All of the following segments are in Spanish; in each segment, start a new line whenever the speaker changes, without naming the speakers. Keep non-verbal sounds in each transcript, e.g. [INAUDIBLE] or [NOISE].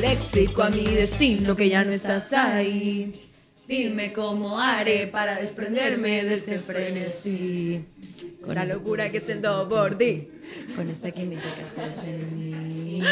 Le explico a mi destino que ya no estás ahí. Dime cómo haré para desprenderme de este frenesí. Con la locura que siento por ti. Con esta química que haces en mí.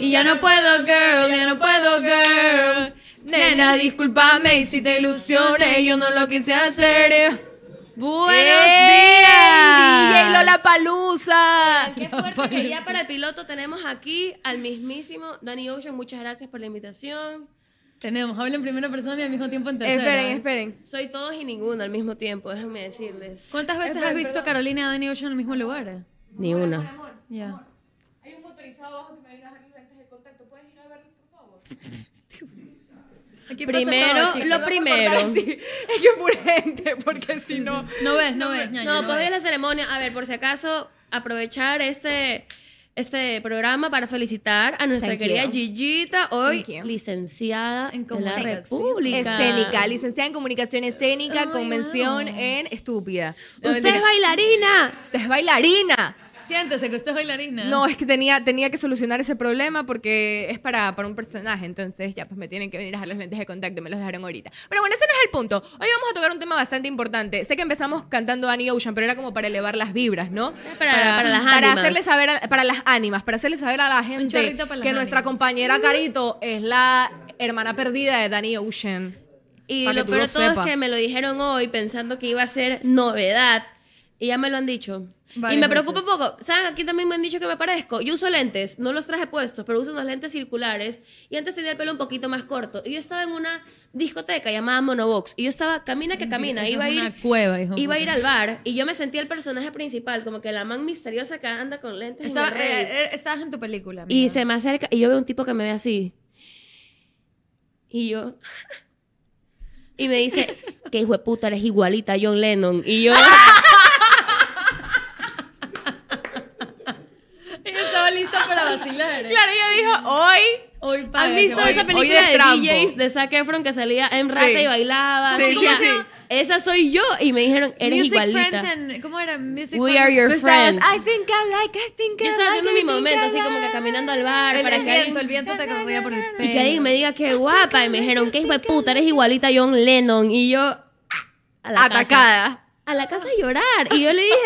Y ya no puedo, girl, ya no puedo, girl. Nena, discúlpame y si te ilusioné, yo no lo quise hacer. Buenos días,
DJ Lola Palusa.
Qué fuerte que ya para el piloto tenemos aquí al mismísimo Danny Ocean. Muchas gracias por la invitación.
Tenemos, habla en primera persona y al mismo tiempo en tercera.
Esperen, esperen.
Soy todos y ninguno al mismo tiempo, déjenme decirles.
¿Cuántas veces has visto a Carolina y a Danny Ocean en el mismo lugar?
Ni una.
Ya.
Hay un motorizado abajo que me viene a dejar mis lentes de contacto. ¿Puedes ir a verlo, por favor?
Aquí pasa
Primero,
todo, chicos.
lo primero.
Es que pura gente, porque si no.
No ves, no ves, ñaña,
No,
no
pues hoy
ves.
es la ceremonia. A ver, por si acaso, aprovechar este, este programa para felicitar a nuestra
Thank
querida
you.
Gigita, hoy
Thank you.
licenciada en, la
comunicación
República.
Escénica, licenciada en comunicación escénica,
Ay,
con mención
no.
en estúpida. No,
Usted
mentira.
es bailarina.
Usted es bailarina.
Siéntese que usted es bailarina.
No, es que tenía, tenía que solucionar ese problema porque es para, para un personaje, entonces ya pues me tienen que venir a dejar los lentes de contacto, me los dejaron ahorita. Pero bueno, ese no es el punto. Hoy vamos a tocar un tema bastante importante. Sé que empezamos cantando Annie Ocean, pero era como para elevar las vibras, ¿no?
Para- para las ánimas.
hacerle saber, a- para las ánimas, para hacerle saber a la gente que
chorrito para las
nuestra
ánimas.
compañera Carito es la hermana perdida de Danny Ocean.
Y
Para que
lo
tú
peor
lo
de todo es
sepas.
que me lo dijeron hoy pensando que iba a ser novedad. Y ya me lo han dicho. y
Varias
me preocupa un
veces.
poco. ¿Saben? Aquí también me han dicho que me parezco. Yo uso lentes, no los traje puestos, pero uso unos lentes circulares. Y antes tenía el pelo un poquito más corto. Y yo estaba en una discoteca llamada Monobox. Y yo estaba, camina que camina.
Eso es
Iba a ir,
una cueva, hijo de
iba a
puta. [LAUGHS]
ir al bar. Y yo me sentía el personaje principal, como que la man misteriosa que anda con lentes. en
Estaba-
el rave.
eh, eh, estabas en tu película.
Y
amiga.
se me acerca y yo veo un tipo que me ve así. Y yo. [LAUGHS] Y me
[LAUGHS]
dice, que hijo de puta, eres igualita a John Lennon. Y yo.
Ella estaba lista para vacilar. eh.
Claro, ella dijo, hoy...
Hoy
¿Han visto
hoy-
esa
hoy
película de
destrampo.
DJs de Zac Efron que salía en rata
Sí.
y bailaba?
Sí,
Así
sí,
como,
sí.
Esa soy yo. Y me dijeron, eres
Music
igualita.
Friends and... ¿Cómo era? Music
We
Friends-
are your
Tú
friends.
I think I like, I think I
yo estaba
like,
haciendo
I
mi
think I
momento, así como que
like.
caminando al bar.
El,
para
el
que alguien-
viento, el viento te corría por el pelo.
Y que alguien me diga que guapa.
[LAUGHS]
Y me dijeron, que hijo de puta, eres igualita a John Lennon. Y yo, ah, a la casa.
Atacada.
A la casa a llorar. Y yo le dije.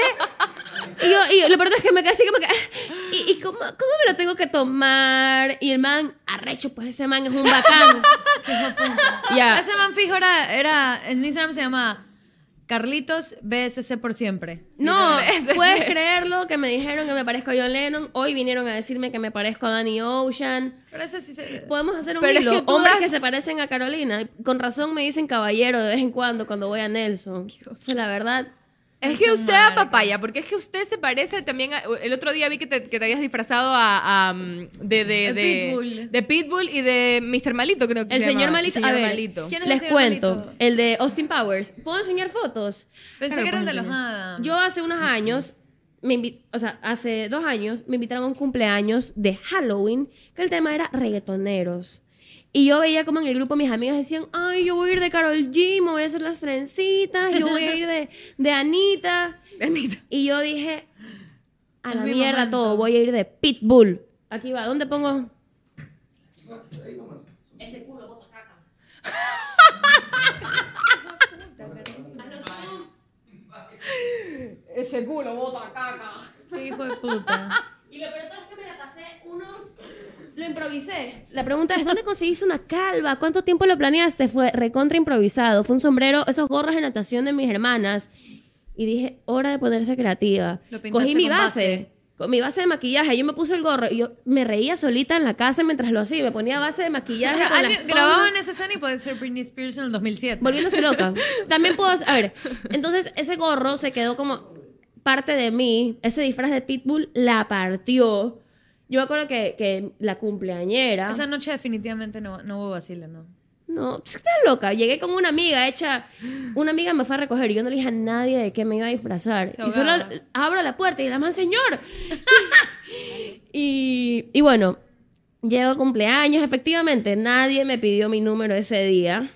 Y yo, y yo- lo peor es que me quedé así como que. ah, ¿Y, y cómo, cómo me lo tengo que tomar? Y el man, arrecho, pues ese man es un
[LAUGHS]
bacán. Ya.
Ese man fijo era, era... En Instagram se llamaba Carlitos BSC por siempre.
No,
Ese
puedes
sí.
creerlo que me dijeron que me parezco a John Lennon. Hoy vinieron a decirme que me parezco a Danny Ocean.
Pero ese sí se...
Podemos hacer un
Pero es
hilo.
que tú
Hombres
das-
que se parecen a Carolina. Con razón me dicen caballero de vez en cuando cuando voy a Nelson. O sea, la verdad.
Es que usted a papaya, porque es que usted se parece también. a- el otro día vi que te, que te habías disfrazado a, a, um, de, de,
De
de-
Pitbull.
de Pitbull y de Mr. Malito, creo que
El
se
señor
llamaba.
Malito.
El
a
señor
ver,
Malito.
¿Quién es el
les
señor
cuento.
Malito?
El de Austin Powers. ¿Puedo enseñar fotos?
Pensé
Claro,
que era el de
pues,
los
sí.
Adams.
Yo hace unos años, me invi- o sea, hace dos años, me invitaron a un cumpleaños de Halloween, que el tema era reggaetoneros. Y yo veía como en el grupo mis amigas decían, ay, yo voy a ir de Carol G, me voy a hacer las trencitas, yo voy a
[LAUGHS]
ir de, de Anita.
Benito.
Y yo dije, a
Es
la
mi
mierda
momento.
todo, voy a ir de Pitbull. Aquí va, ¿dónde pongo?
Hijo de puta.
Y lo peor de todo es que me la pasé unos... Lo improvisé. La pregunta es, ¿dónde conseguiste una calva? ¿Cuánto tiempo lo planeaste? Fue recontra improvisado. Fue un sombrero, esos gorros de natación de mis hermanas. Y dije, hora de ponerse creativa.
Lo pintaste
Cogí mi
con
base,
base.
Con mi base de maquillaje, yo me puse el gorro y yo me reía solita en la casa mientras lo hacía. Me ponía base de
O
maquillaje.
sea,
con la
alguien-
esponja.
grababan esa escena y puede ser Britney Spears en el 2007.
Volviéndose loca. También puedo. A ver, entonces ese gorro se quedó como parte de mí. Ese disfraz de Pitbull la partió. Yo me acuerdo que, que la cumpleañera.
Esa noche definitivamente no, no hubo vacile, ¿no?
No, estás loca. Llegué con una amiga hecha. Una amiga me fue a recoger y yo no le dije a nadie de qué me iba a disfrazar.
Se
Y solo
ahogaba.
abro la puerta y la man, señor. [LAUGHS] y, y bueno, llego a cumpleaños. Efectivamente, nadie me pidió mi número ese día.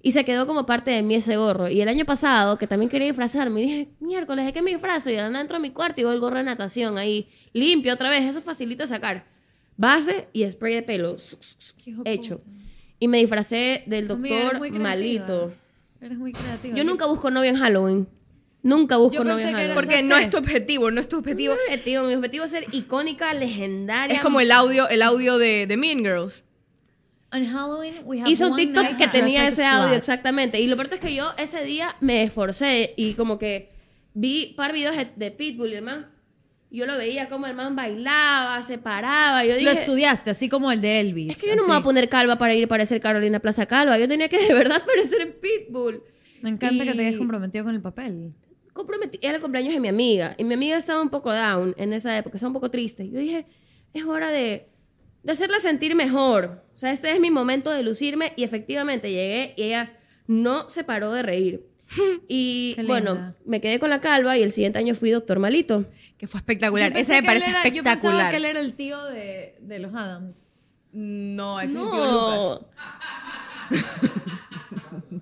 Y se quedó como parte de mí ese gorro. Y el año pasado, que también quería disfrazarme, dije, miércoles, ¿de qué me disfrazo? Y ahora entro a mi cuarto y veo el gorro de natación ahí, limpio otra vez. Eso es facilito de sacar. base y spray de pelo.
Qué hijo
Hecho.
puta.
Y me disfracé del
Amiga, eres
doctor
muy creativa.
malito.
Eres muy creativa.
Yo nunca busco novio en Halloween. Nunca
Yo
busco
pensé
novio en
que era-
Halloween.
Porque
Esa
no
fe.
es tu objetivo, no es tu
[LAUGHS]
objetivo.
Mi objetivo, mi objetivo es ser icónica, legendaria.
Es como el audio, el audio de, de Mean Girls.
On Halloween we have
Hice un
one
TikTok
night
que
that
tenía
was
ese
like a
audio,
slut.
exactamente. Y lo peor es que yo ese día me esforcé y como que vi par videos de- de Pitbull y el man. Yo lo veía como el man bailaba, se paraba. Yo dije,
Lo estudiaste, así como el de Elvis.
es que yo no me voy
así.
a poner calva para ir a parecer Carolina Plaza Calva. Yo tenía que de [LAUGHS] verdad parecer Pitbull.
Me encanta que te hayas
Y-
comprometido con el papel.
comprometí, era el cumpleaños de mi amiga y mi amiga estaba un poco down en esa época, estaba un poco triste. Yo dije, es hora de, de hacerla sentir mejor. O sea, este es mi momento de lucirme y efectivamente llegué y ella no se paró
[LAUGHS]
de reír. Y
Qué
bueno,
linda.
me quedé con la calva y el siguiente año fui doctor malito.
Que fue espectacular.
Yo pensé
Ese me
que
parece
él era- Yo pensaba
espectacular.
que él era el tío de, de los Adams.
No, ese es el tío Lucas.
No,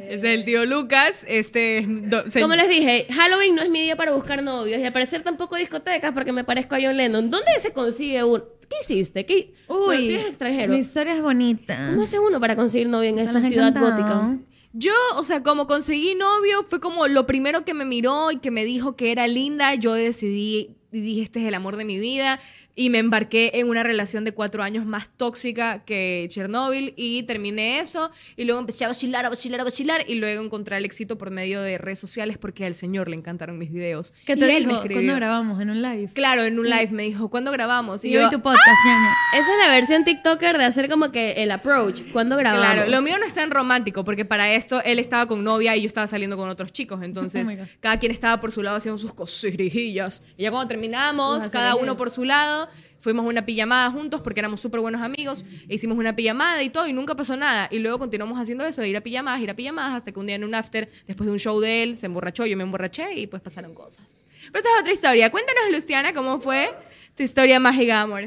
Ese es el tío Lucas. Este es do- se-
como les dije, Halloween no es mi día para buscar novios y al parecer tampoco discotecas porque me parezco a John Lennon. ¿Dónde se consigue uno? ¿Qué hiciste? ¿Qué? Cuando tú eres extranjero.
Mi historia es bonita.
¿Cómo hace uno para conseguir novio en
Se
esta
las he
ciudad
contado.
gótica?
Yo, o sea, como conseguí novio, fue como lo primero que me miró y que me dijo que era linda. Yo decidí y dije, este es el amor de mi vida. Y me embarqué en una relación de cuatro años más tóxica que Chernobyl. Y terminé eso. Y luego empecé a vacilar, a vacilar, a vacilar. Y luego encontré el éxito por medio de redes sociales porque al señor le encantaron mis videos.
¿Qué
Y
te
él me
dijo
escribió.
cuando grabamos en un live?
Claro, en un live me dijo, ¿cuándo grabamos?
Y yo y tu podcast,
"Ah".
ñaña.
Esa es la versión TikToker de hacer como que el approach. cuando
Ah,
grabamos?
Claro, lo mío no es tan romántico, porque para esto él estaba con novia y yo estaba saliendo con otros chicos. Entonces,
Oh my God.
cada quien estaba por su lado haciendo sus coserijillas. Y ya cuando terminamos,
Sus
cada uno
acerejas.
por su lado, fuimos a una pijamada juntos porque éramos súper buenos amigos. e hicimos una pijamada y todo, y nunca pasó nada. Y luego continuamos haciendo eso, de ir a pijamadas, ir a pijamadas, hasta que un día en un after, después de un show de él, se emborrachó, yo me emborraché y pues pasaron cosas. Pero esta es otra historia. Cuéntanos, Luciana, cómo fue tu historia mágica, amor.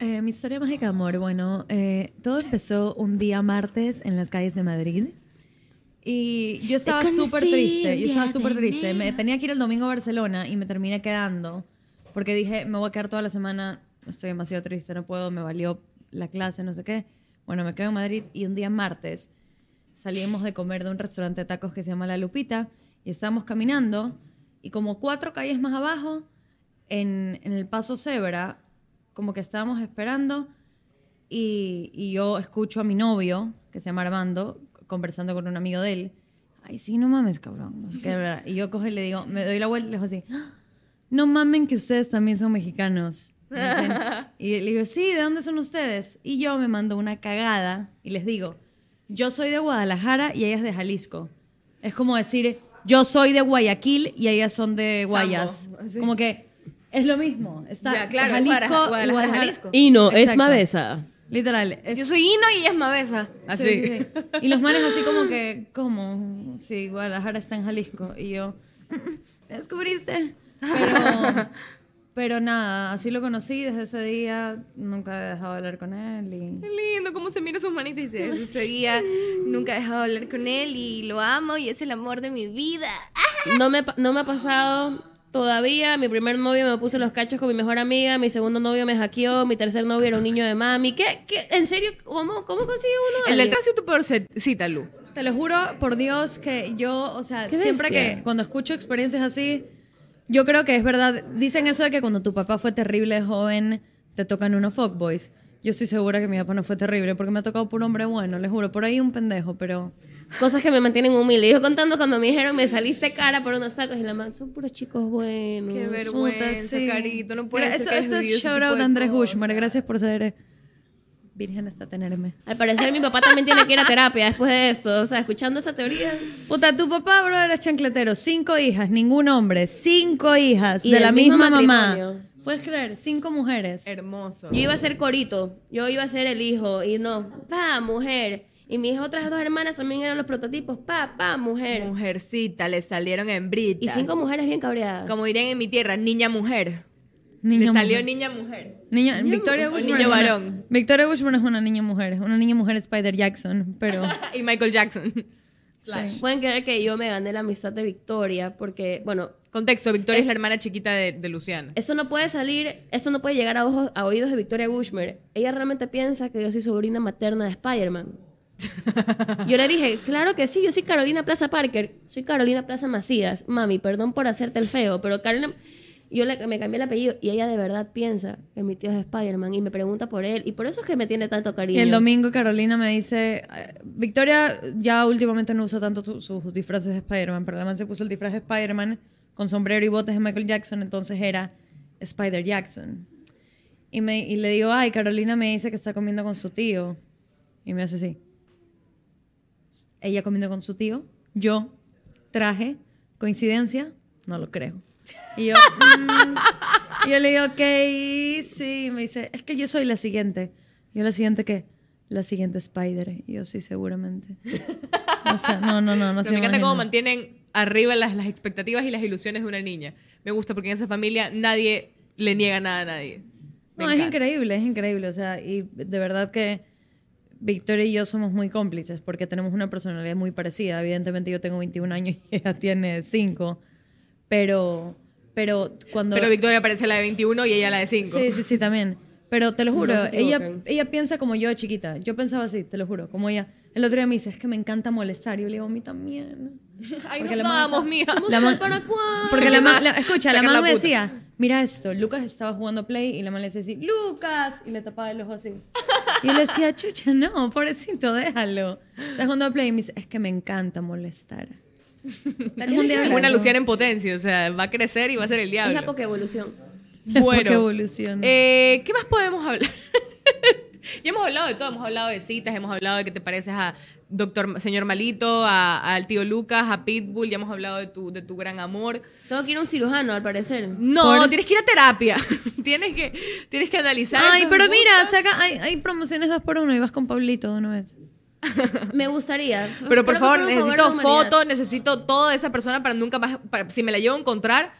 Eh, mi historia mágica, de amor. Bueno, eh, todo empezó un día martes en las calles de Madrid. Y yo estaba
conocí
súper
un
triste. Yo
día
estaba
de
súper triste. Me tenía que ir el domingo a Barcelona y me terminé quedando. Porque dije, me voy a quedar toda la semana. Estoy demasiado triste, no puedo. Me valió la clase, no sé qué. Bueno, me quedo en Madrid y un día martes salimos de comer de un restaurante de tacos que se llama La Lupita y estábamos caminando y como cuatro calles más abajo, en, en el Paso Cebra, como que estábamos esperando y, y yo escucho a mi novio, que se llama Armando, conversando con un amigo de él. Ay, sí, no mames, cabrón. no sé qué, bla, bla. Y yo cojo y le digo, me doy la vuelta y le digo así, "Ah, no mamen que ustedes también son mexicanos. Y me
[LAUGHS]
dicen- Y le digo, sí, ¿de dónde son ustedes? Y yo me mando una cagada y les digo, yo soy de Guadalajara y ellas de Jalisco. Es como decir, yo soy de Guayaquil y ellas son de Guayas.
así.
Como que es lo mismo. Está
Ya, claro,
Jalisco,
Guadalajara-
y
Guadalajara,
Guadalajara.
Jalisco.
Y no, es
Exacto.
Mavesa.
Literal. es-
Yo soy Ino y ella es Mabesa. Así.
Sí, sí, sí. Y los manes así como que, ¿cómo? Sí, Guadalajara está en Jalisco. Y yo, "Mm, descubriste. Pero, pero nada, así lo conocí desde ese día. Nunca he dejado de hablar con él.
Qué
Y...
lindo cómo se mira sus manitas y dice, "Desde ese día nunca he dejado de hablar con él y lo amo y es el amor de mi vida. Ah,
No me, pa- no me ha pasado todavía. Mi primer novio me puso los cachos con mi mejor amiga. Mi segundo novio me hackeó. Mi tercer novio era un niño de mami. ¿Qué? qué? ¿En serio? ¿Cómo, cómo consigue uno? a
El del
alguien?
caso tu peor ce- cita, Lu.
Te lo juro por Dios que yo, o sea,
Qué
siempre
bestia.
que cuando escucho experiencias así, yo creo que es verdad. Dicen eso de que cuando tu papá fue terrible de joven, te tocan unos fuckboys. Yo estoy segura que mi papá no fue terrible porque me ha tocado por hombre bueno, les juro. Por ahí un pendejo, pero...
Cosas que me mantienen humilde. Yo contando cuando me dijeron, me saliste cara por unos tacos y la man, son puros chicos buenos.
Puta, sí. Mira,
ser
eso,
que hayas
eso es
vivido ese
shout
tipo
out
de
a Andrés
cosas.
Gushmar. Gracias por ser eh, virgen hasta tenerme.
Al parecer mi papá también tiene que ir a terapia después de esto. O sea, escuchando esa teoría.
Puta, tu papá, bro, era chancletero. Cinco hijas, ningún hombre. Cinco hijas
Y
de
del
la
mismo
misma mamá.
matrimonio.
¿Puedes creer? Cinco
Eh,
mujeres.
Hermoso.
Yo iba a ser corito, yo iba a ser el hijo y no, pa, mujer. Y mis otras dos hermanas también eran los prototipos, pa, pa, mujer.
Mujercita, le salieron en
Y cinco mujeres bien cabreadas.
Como dirían en mi tierra, niña mujer.
Niña
le salió
mujer.
niña mujer. [LAUGHS]
Niña- Victoria
o
Gushmar.
niño
es una-
varón.
Victoria Gushmar es una niña mujer. Una niña mujer Spider Jackson, pero.
y Michael Jackson.
sí.
Pueden creer que yo me gané la amistad de Victoria porque, bueno,
Contexto, Victoria es, la hermana chiquita de, de Luciana.
Esto no puede salir, esto no puede llegar a, ojos, a oídos de Victoria Gushmer. Ella realmente piensa que yo soy sobrina materna de
[LAUGHS]
Spider-Man. Yo le dije, claro que sí, yo soy Carolina Plaza Parker, soy Carolina Plaza Macías. Mami, perdón por hacerte el feo, pero Carolina... Yo le- me cambié el apellido y ella de verdad piensa que mi tío es Spider-Man y me pregunta por él. Y por eso es que me tiene tanto
Y
cariño.
el domingo Carolina me dice, eh, Victoria ya últimamente no usa tanto tu- sus disfraces de Spider-Man, pero la man se puso el disfraz de Spider-Man con sombrero y botes de Michael Jackson, entonces era Spider Jackson. Y, me, y le digo, ay, Carolina me dice que está comiendo con su tío. Y me hace así. Ella comiendo con su tío, yo traje, coincidencia, no lo creo. Y yo, "Mm". Y yo le digo, ok, sí. Me dice, es que yo soy la siguiente. Y yo, ¿la siguiente qué? La siguiente Spider. Y yo, sí, seguramente. O sea, no, no, no, no
Pero
se
me encanta cómo
imaginan.
mantienen arriba las, las expectativas y las ilusiones de una niña. Me gusta porque en esa familia nadie le niega nada a nadie. Me
No, es
encanta.
increíble, es increíble. O sea, y de verdad que Victoria y yo somos muy cómplices porque tenemos una personalidad muy parecida. Evidentemente yo tengo 21 años y [LAUGHS] ella tiene 5. Pero, pero cuando...
Pero Victoria parece la de 21 y ella la de 5.
Sí, sí, sí, también. Pero te lo juro,
No se
ella,
equivocan.
ella piensa como yo de chiquita. Yo pensaba así, te lo juro. Como ella. El otro día me dice, es que me encanta molestar. Yo le digo, a mí también.
Ay,
Porque
nos
la mamá
vamos,
está-
mía.
La ma-
¿Para
[LAUGHS]
cuándo?
Porque
Se
la,
empieza
ma- la-
a
escucha, la
sacar la
mamá me
puta.
decía, mira esto, Lucas estaba jugando play y la mamá le decía así, Lucas, y le tapaba el ojo así. [LAUGHS] Y él decía, chucha, no, pobrecito, déjalo. Estás jugando play y me dice, es que me encanta molestar. Es un
Es
diablo.
una Luciana en potencia, o sea, va a crecer y va a ser el
Es la
diablo.
Pokéevolución.
Porque
Bueno,
evoluciona.
eh, ¿qué más podemos hablar? [LAUGHS] ya hemos hablado de todo, hemos hablado de citas, hemos hablado de que te pareces a doctor, señor Malito, a- al tío Lucas, a Pitbull, ya hemos hablado de tu, de tu gran amor.
Tengo que ir a un cirujano, al parecer.
No,
Por-
tienes que ir a terapia. [LAUGHS] tienes, que, tienes que analizar.
Ay,
esos
pero
gustos.
mira, saca, hay, hay promociones dos por uno y vas con Pablito de una vez.
Me gustaría. Creo
Pero por
que
favor,
fue un
necesito
favor a la humanidad.
fotos, necesito todo de esa persona para nunca más, para- si me la llevo a encontrar,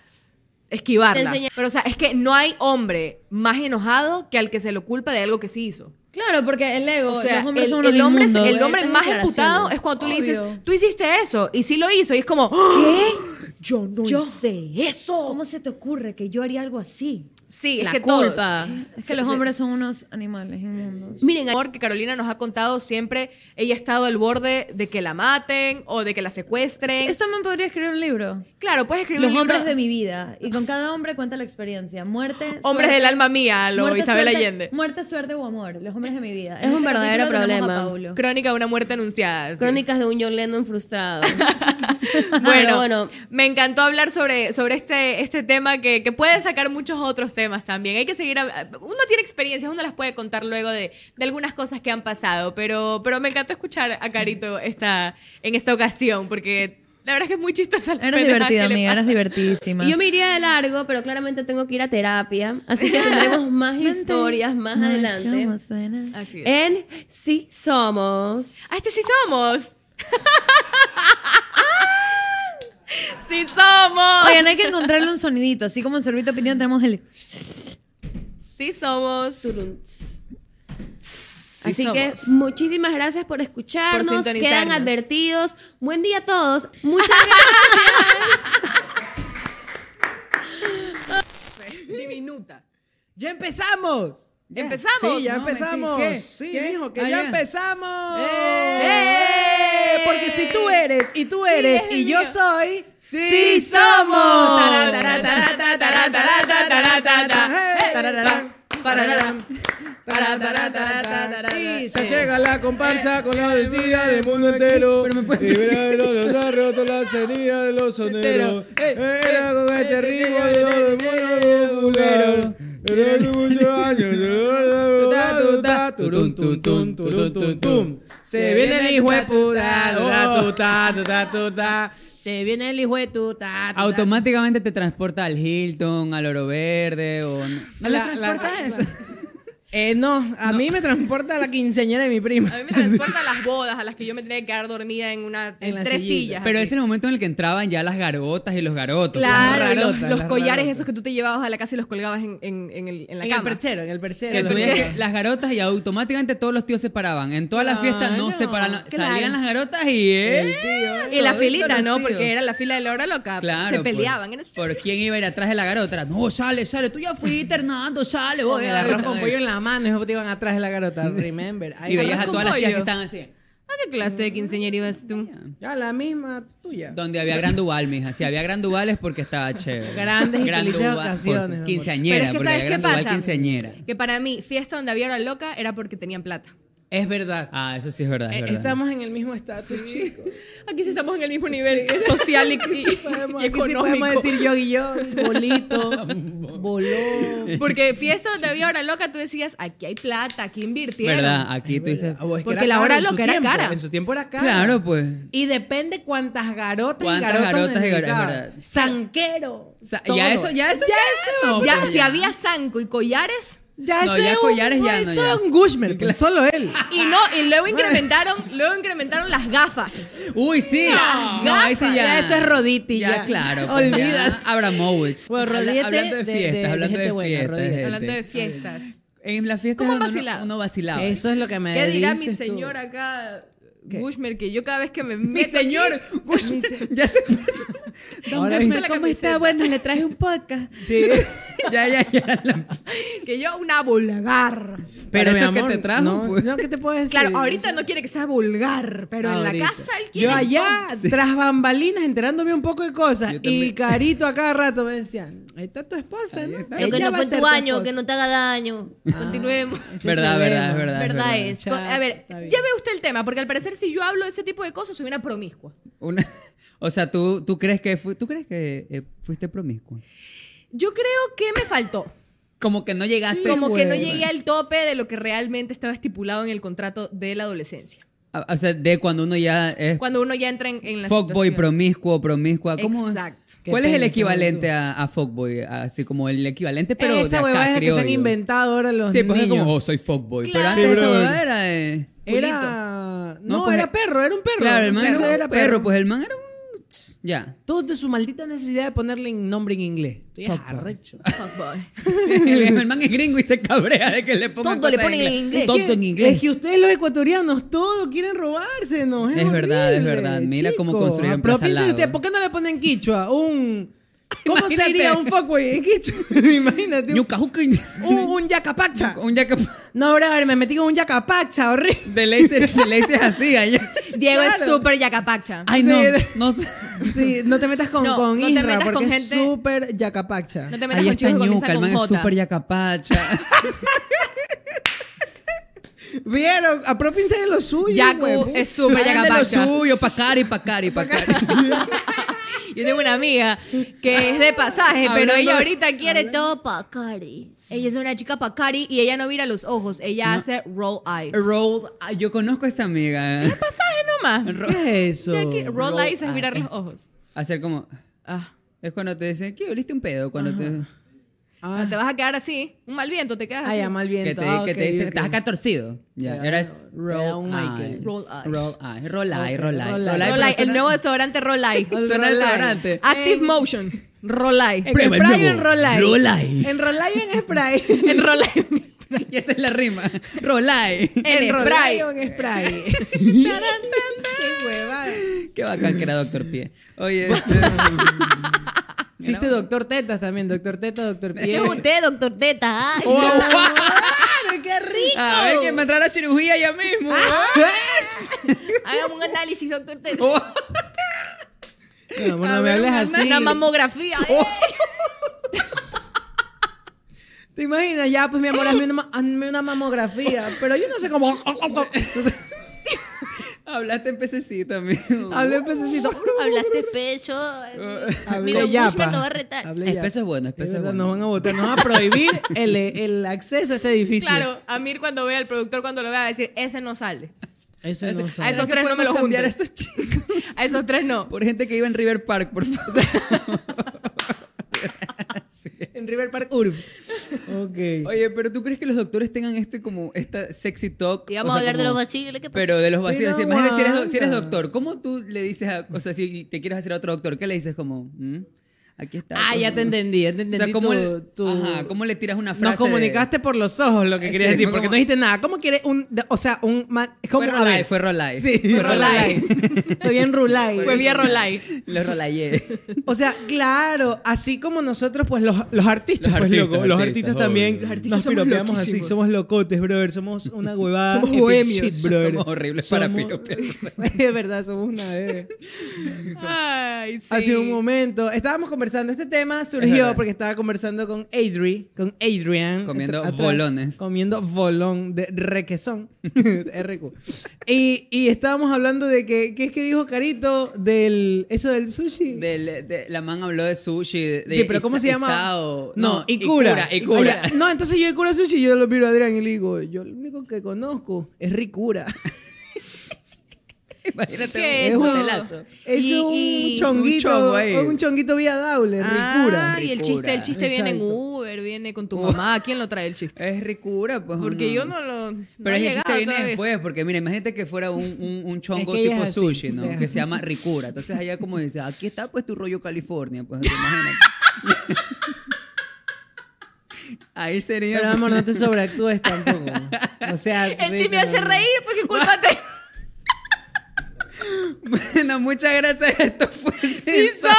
Te
esquivarla.
enseña-
Pero o sea, es que no hay hombre más enojado que al que se lo culpa de algo que sí hizo.
Claro, porque el ego,
O sea,
los hombres
el,
son unos
el hombre,
inmundos.
el hombre
Estas
más emputado
declaraciones.
es cuando tú le dices,
Obvio.
tú hiciste eso y sí lo hizo y es como, "Oh". ¿qué? Yo no
Yo-
hice eso.
¿Cómo se te ocurre que yo haría algo así?
Sí, es
La
que
culpa.
todos.
Es que los hombres son unos animales inmundos.
Miren,
amor que Carolina nos ha contado siempre, ella ha estado al borde de que la maten o de que la secuestren.
Esta man podría escribir un libro.
claro, puedes escribir
Los
un libro-
hombres de mi vida. Y con cada hombre cuenta la experiencia. Muerte,
[GASPS] Hombres
suerte-
del alma mía, lo
muerte,
Isabel
suerte-
Allende.
Muerte, suerte o amor. Los hombres de mi vida.
Es un
este
verdadero
capítulo tenemos
problema.
a Paulo.
Crónica de una muerte anunciada.
[LAUGHS]
sí.
crónicas de un John Lennon frustrado.
Bueno,
Pero bueno.
me encantó hablar sobre, sobre este, este tema que, que puede sacar muchos otros temas también. Hay que seguir. hab- Uno tiene experiencias, uno las puede contar luego de, de algunas cosas que han pasado, pero, pero me encantó escuchar a Carito esta, en esta ocasión porque la verdad es que es muy chistosa. la
Eres
pendeja que
divertida,
le
amiga. Eres
pasa.
divertidísima.
Y yo me iría de largo, pero claramente tengo que ir a terapia. Así que tendremos más historias más
No es
adelante.
como suena.
Así es.
En Sí Somos.
¡Ah, este sí somos! [LAUGHS]
Ah.
¡Sí somos!
Oigan, hay que encontrarle un sonidito. Así como en Sorbito Opinión tenemos el...
Sí somos. Sí
Así
somos.
que muchísimas gracias por
Por
escucharnos.
sintonizarnos.
Quedan advertidos. Buen día a todos. Muchas gracias.
Diminuta.
¡Ya empezamos!
Empezamos.
Sí, ya empezamos.
mentí. ¿Qué?
Sí,
¿Qué?
dijo que
Ah,
ya
ya.
empezamos.
¡Eh!
¡Eh! Porque si tú eres y tú eres
es el
y yo
mío.
soy,
Sí somos. Tará, tará, tará, tará, tará, tará, tará, tará.
Hey,
Tararara,
tan,
pararara,
tará, tará,
tará,
tará,
tará,
tará. Y ya
eh.
llega la comparsa con la vecina del mundo entero. Liberando los arroz, toda la cenía de los soneros. Era con este ritmo de los mundo popular. Era que muchos años. Turun, tun, tun, turun, tun, tum. Se viene el hijo de puta. tuta, tuta, tuta, tuta. Se viene el hijo de tuta. tuta.
Automáticamente te transporta al Hilton, al Oro Verde o... ¿No
La-
le transporta
la-
eso? Eh, no, a mí me transporta a la quinceañera de mi prima.
A mí me transporta a las bodas, a las que yo me tenía que quedar dormida en una en
En la
tres
sillita.
sillas.
Pero
así.
ese es el momento en el que entraban ya las garotas y los garotos.
Claro,
Las
y los,
rarotas,
los
las
collares
rarotas.
esos que tú te llevabas a la casa y los colgabas en, en- en el- en la
en el
cama.
perchero, en el perchero.
Que
los
tuvieran
garotas.
que- las garotas y automáticamente todos los tíos se paraban. En todas las fiestas no
Claro,
se paraban.
claro.
Salían las garotas y.
El
¡eh!
tío,
y
este.
la
Toditos
filita,
los
¿no?
tíos.
Porque era la fila de la hora loca.
Claro.
pues, se
pues.
por-
peleaban. Era-
Por, quién iba a ir atrás de la garota. Era, no, sale, sale. Tú ya fuiste, Hernando, sale.
Con
oye,
el arroz con pollo en la mano, esos te iban atrás de la
[LAUGHS]
garota. Remember. Ahí
Y veías
Arroz
a
con
todas las tías que
pollo.
estaban así.
¿A qué clase de quinceañera ibas tú?
[LAUGHS] Ya, la misma tuya.
Donde había gran duval, mija. Si había gran duval es porque estaba chévere.
Grandes y
Gran
felices
duval, por su-
ocasiones, mi amor.
Quinceañera,
Pero es que
porque había
¿sabes qué
gran duval
pasa?
quinceañera.
Que para mí, fiesta donde había hora loca era porque tenían plata.
Es verdad.
Ah, eso sí es verdad. es
Eh,
verdad.
Estamos en el mismo estatus,
[LAUGHS]
chicos.
Aquí sí estamos en el mismo
[LAUGHS]
nivel social y, y-
Podemos,
y
aquí sí podemos
económico.
decir yo y yo,
[LAUGHS]
bolito, bolón.
Porque fiesta donde había hora loca, tú decías, aquí hay plata, aquí invirtieron.
¿Verdad? Aquí tú dices.
Ah, bueno, es que
Porque
era
la
cara
hora
en su
loca era
tiempo,
cara.
En su tiempo era cara.
Claro, pues.
Y depende cuántas garotas
Cuántas
y garotas,
garotas y gar- es
necesitabas.
verdad.
Sanquero.
O sea,
todo.
ya eso, ya eso, ya, eso.
ya,
pues,
si había zanco y collares,
Ya
No,
eso
ya
es
collares
un,
ya, no,
eso
ya.
es un Gushmer, pues, solo
[LAUGHS]
él.
y no, y luego incrementaron, luego incrementaron las gafas.
Uy, sí. No, ahí sí ya.
Ya eso es Roditi,
Ya,
ya.
claro. pues,
Olvídate.
ya. Abramowitz.
Bueno,
Habla-
rodillete
hablando de
de-
fiestas,
de- de
hablando de,
gente buena,
fiestas.
rodillete.
gente.
Hablando de fiestas.
En las fiestas
¿Cómo han
donde uno-
vacilado?
uno vacilaba.
Eso es lo que me
¿Qué dirá mi
dices tú.
señor acá, Bushmer, que yo cada vez que me meto aquí-
señor, Gushmer, [LAUGHS] ya se Don
Ahora
Gushmer,
dice-
¿cómo está? Bueno, le traje un podcast.
Sí.
[LAUGHS] ya,
[LAUGHS]
ya, ya. la-
que yo una vulgar.
Para
mi
eso que
amor,
te trajo,
No,
pues.
no, ¿qué te puedo decir?
Claro, ahorita no quiere que sea vulgar, pero en la
Ahorita.
casa él quiere.
Yo allá, tras bambalinas, enterándome un poco de cosas. Y Carito a cada rato me decían, ahí está tu esposa, ¿no?
está.
Ella
que no
va a
fue
ser
tu año,
esposa".
que no te haga daño.
Ah.
Continuemos.
Ese
Verdad,
es el
verdad,
lema.
verdad.
¿Verdad es?
Chao,
A ver,
está bien.
ya ve usted el tema, porque al parecer si yo hablo de ese tipo de cosas soy una promiscua.
Una- [LAUGHS] o sea, ¿tú, tú crees que, fu- ¿tú crees que eh, fuiste promiscua?
Yo creo que me
[LAUGHS]
faltó.
Como que no llegaste.
como que no
güey.
llegué al tope de lo que realmente estaba estipulado en el contrato de la adolescencia.
A- O sea, de cuando uno ya es
Cuando uno ya entra en, en la
fuckboy,
situación.
promiscuo, promiscua. ¿Cómo es?
Exacto.
Qué
¿Cuál es el
pena,
equivalente a, a fuckboy? Así como el equivalente, pero de
Eh, Esa
acá,
huevada es la que se han
criollo.
inventado ahora los
Sí, pues es
niños.
como, oh, soy fuckboy. Pero
Claro.
antes
Sí,
esa
brother.
huevada era... eh,
Era... No,
No, pues,
era perro, era un perro.
Claro, el man
Eso
era un perro. Pues el man era un... tss, Ya. [LAUGHS]
Todo de su maldita necesidad de ponerle un nombre en inglés. Estoy arrecho.
[LAUGHS]
Fuckboy.
el, el man es gringo y se cabrea de que le pongan
Todo le
cosas
ponen en inglés.
Todo en inglés.
Es que ustedes los ecuatorianos todo quieren robársenos. Es,
Es verdad, es
horrible,
verdad. Mira cómo
chicos.
construyeron Plaza
Apropiense
Lago.
ustedes, ¿por qué no le ponen quichua?
[LAUGHS]
Un... ¿Cómo
Imagínate.
sería un fuckboy en quichua? [LAUGHS] Imagínate. Un,
Ñuca, juca, y- [LAUGHS]
un, un yacapacha.
Un yaca...
No, bro, a ver, me metí con un yacapacha,
[LAUGHS]
horrible.
De ley se- de ley se es así allá.
Diego es súper yacapacha.
Ay, no. No sé.
Sí, no te metas con,
No,
con
no te
Isra,
metas con
porque es
gente-
súper yacapacha.
No te metas
Ahí
con
está
chicos que
Ñuca, el
comienzan
man
con
es
J.
súper yacapacha.
Vieron, apropiense de lo suyo.
Yaku
huevón.
es [LAUGHS] súper
Hagan de lo
yacapacha.
suyo, pa' cari, pa' cari, pa' cari.
Yo tengo una amiga que es de
[LAUGHS]
pasaje, pero
Hablando-
ella ahorita quiere
Quiere
todo.
todo pacari.
Ella es una chica pacari y ella no mira los ojos, ella hace roll eyes.
Roll, ah, yo conozco a esta amiga. ¿eh?
Pasaje nomás.
Ro-
¿Qué es eso?
Ya que roll,
roll
eyes es mirar
Ah,
eye.
eh.
los ojos.
Hacer como.
Ah.
Es cuando te dicen, ¿qué? ¿Oliste un pedo? Cuando te.
Ah.
No, te vas a quedar así, un mal viento, te quedas
Ah,
así.
ya, mal
Que
viento.
te,
Ah,
que
ok,
te dicen,
ok.
estás acá torcido. Ya,
Te
ahora
da-
es
te
roll,
da un Michael.
Roll eyes.
Roll eyes. Roll eyes,
Ok,
roll eyes.
roll
Roll
eyes.
eyes,
Roll
pero
eye, el
suena-
nuevo desodorante roll
[LAUGHS]
eye.
Suena
Roll
el
eyes.
desodorante.
Eh.
Active
[LAUGHS]
motion, roll eye.
En
Prueba el
spray o
nuevo
en roll eye.
roll eye. [LAUGHS]
En roll eye o en spray.
[LAUGHS] En roll eye.
Y esa es la rima. Roll eyes.
En
roll
spray.
eye o en spray.
[LAUGHS]
Qué huevada.
Qué bacán que era Doctor Pie.
[LAUGHS]
Oye, este.
Hiciste Doctor Tetas también. Doctor Teta, Doctor Pie.
Es usted, doctor Teta. Ay,
¡Wow!
¡Qué rico!
A ver que me entrara a cirugía ya mismo.
Ah.
¿ah?
¡Es!
Hagamos un análisis, doctor. Ted.
Oh,
No, amor, no
A
me
ver,
hables
una-
así.
Una mamografía.
¿Te imaginas? Ya, pues mi amor, hazme una, ma- hazme una mamografía. Pero yo no sé cómo.
Hablaste en
[LAUGHS]
pececito, amigo.
Hablé el pececito.
Hablaste
[LAUGHS]
pecho. Mi
Hablé
don
yapa.
Bushman nos va a retar.
Hablé
El
yapa.
peso es bueno, el peso es
verdad,
bueno.
Nos van a votar, nos van a prohibir el, el acceso a este edificio.
Claro, Amir cuando vea al productor, cuando lo vea, va a decir, ese no sale.
Ese no sabe.
A esos tres no me los
cambiar a
juntes.
estos chicos.
[LAUGHS] A esos tres no.
Por gente que iba en River Park, por favor.
En River Park Urb. Ok.
[LAUGHS] Oye, pero ¿tú crees que los doctores tengan este como esta sexy talk?
Y vamos
O sea,
a hablar de
como-
los bachiles. ¿Qué pasa?
Pero de los vacíos,
pues. Pero
así, imagínate si eres, do- si eres
aguanta.
doctor, ¿cómo tú le dices a, o sea, si te quieres hacer a otro doctor, qué le dices como, "Mm, aquí está?
Ah,
pues,
ya
¿no?"
te entendí, ya te
O
entendí.
sea, ¿cómo,
tu-
le-
tu-
ajá, ¿cómo le tiras una frase?
Nos comunicaste por los ojos lo que
Sí,
querías decir,
fue
porque
como-
no dijiste nada. ¿Cómo quieres un. de- O sea, un. ma-
De,
¿cómo?
fue
A
Rolay,
ver.
fue Rolay.
Sí,
[LAUGHS] fue Rolay.
Estoy bien Rulay.
Fue vía
[LAUGHS]
Rolay.
Lo rolayé.
O sea, claro, así como nosotros, pues los, los artistas,
Los
pues
artistas,
loco, los
artistas,
artistas
obvio.
también
Los
artistas
nos
somos
piropeamos así,
loquísimos.
somos locotes, brother, somos una huevada.
Somos
epic
bohemios.
shit, brother.
Somos horribles para
[LAUGHS]
piropear.
Es verdad, somos una eh. bebé.
Ay, sí.
Hace un momento estábamos conversando, este tema
Es
surgió
verdad.
porque estaba conversando con Adri, con Adrian.
Comiendo
Atrás,
bolones.
Comiendo bolón de requesón. [LAUGHS] RQ. Y, y estábamos hablando de que, ¿qué es que dijo Carito? Del, eso del sushi.
Del- de- la man habló de sushi. De, de
sí, pero ¿cómo
Isa-
se llama?
Isao.
no, Ikura.
Ikura.
Oye, No, entonces yo Ikura Sushi, yo lo miro a Adrián y le digo, yo lo único que conozco es
[LAUGHS]
Ricura.
[LAUGHS] Imagínate.
¿Qué
es
eso?
un
telazo.
Es
Y-
un
y-
chonguito,
un
un,
chongo ahí.
chonguito vía Daule, Ricura.
Ah, y el
Ricura.
chiste, el chiste viene en
Exacto.
Uber, viene con tu mamá. ¿Quién lo trae el chiste?
Es ricura, pues. ¿o
Porque
no?
yo no lo. no
Pero
ha
el
llegado
chiste viene
todavía.
después, porque mira, imagínate que fuera un, un, un chongo
Es que ella
tipo
es así,
sushi, ¿no?
deja.
Que se llama Ricura. Entonces allá como dice, aquí está pues tu rollo California, pues imagínate. [LAUGHS] Ahí sería...
Pero amor, no te
[LAUGHS]
sobreactúes tampoco. O
[LAUGHS]
sea,
Él sí me hace reír porque
[LAUGHS]
culpa de
Bueno, muchas gracias. Esto fue... ¡Sí somos!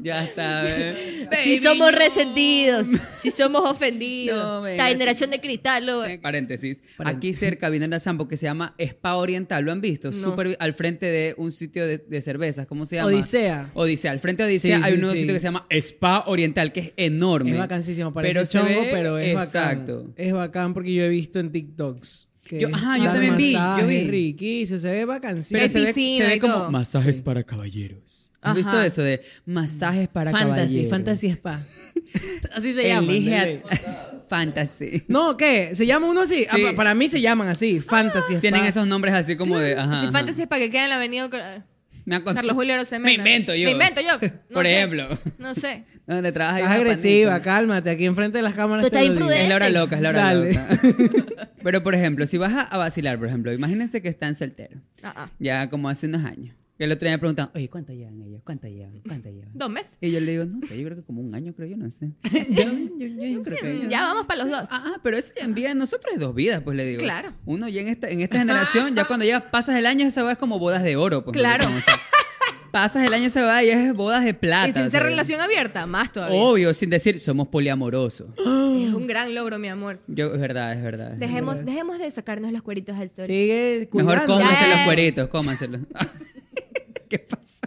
Ya está, ¿ves?
si somos resentidos, si somos ofendidos,
No, venga,
esta
sí.
generación de cristal, lo-
Paréntesis. Aquí cerca viene la Sambo que se llama Spa Oriental. ¿Lo han visto? Súper al frente de un sitio de, de cervezas. ¿Cómo se llama?
Odisea.
Odisea. Al frente de Odisea
Sí,
hay
sí,
un nuevo
sí.
sitio que se llama Spa Oriental, que es enorme.
Es bacancísimo, parece
Pero se
chongo,
ve-
pero es bacán.
exacto.
Es bacán porque yo he visto en TikToks. Que
Yo- ajá, yo
dan
también vi, yo
masajes
vi.
riquísimo, se ve bacancísimo.
Pero se ve- piscina y todo.
Masajes para caballeros.
¿Has visto
Ajá.
eso de masajes para
fantasy,
caballeros?
fantasy [LAUGHS] spa. Así se llama.
Elige a... [LAUGHS] Fantasy.
No, ¿qué? ¿Se llama uno así? Ah,
Sí. Ah,
pa- para mí se llaman así, fantasy spa.
Tienen esos nombres así como de... Ajá,
Si
ajá.
fantasy es para que quede en la avenida. Col-
Me han contado-
Carlos Julio Arosemena.
Me invento yo.
Me invento
[LAUGHS]
yo. No
Por
sé.
ejemplo.
No sé.
Donde trabaja ahí
Estás
una
agresiva,
panita.
cálmate, aquí enfrente de las cámaras
Tú
te
estás
lo digo.
imprudente.
[LAUGHS]
Es la hora loca, es la hora
Dale.
loca. Pero, por ejemplo, si vas a, a vacilar, por ejemplo, imagínense que están solteros,
Ah, ah.
ya como hace unos años. Que el otro día me preguntaban, oye, ¿cuánto llevan ellos? ¿Cuánto llevan? ¿Cuánto llevan?
Dos meses.
Y yo le digo, no sé, yo creo que como un año, creo yo,
[LAUGHS]
no sé.
Mm, Ya vamos para los dos.
Ah, ah, pero eso ya en vida de nosotros es dos vidas, pues le digo.
Claro.
Uno ya en esta, en esta generación, ya cuando ya pasas el año, esa va es como bodas de oro. Pues,
Claro.
marico, o sea, pasas el año, esa va y es bodas de
Ah,
plata.
y sin
o
ser
sea,
relación abierta, más todavía.
Oh.
Obvio, sin decir, somos poliamorosos.
Es un gran logro, mi amor.
Yo, es verdad, es verdad. es
Dejemos, dejemos de sacarnos los cueritos al sol.
Sigue
Mejor
cuidando.
cómanse
Ya.
los cueritos, cómanselos. ¿Qué pasa?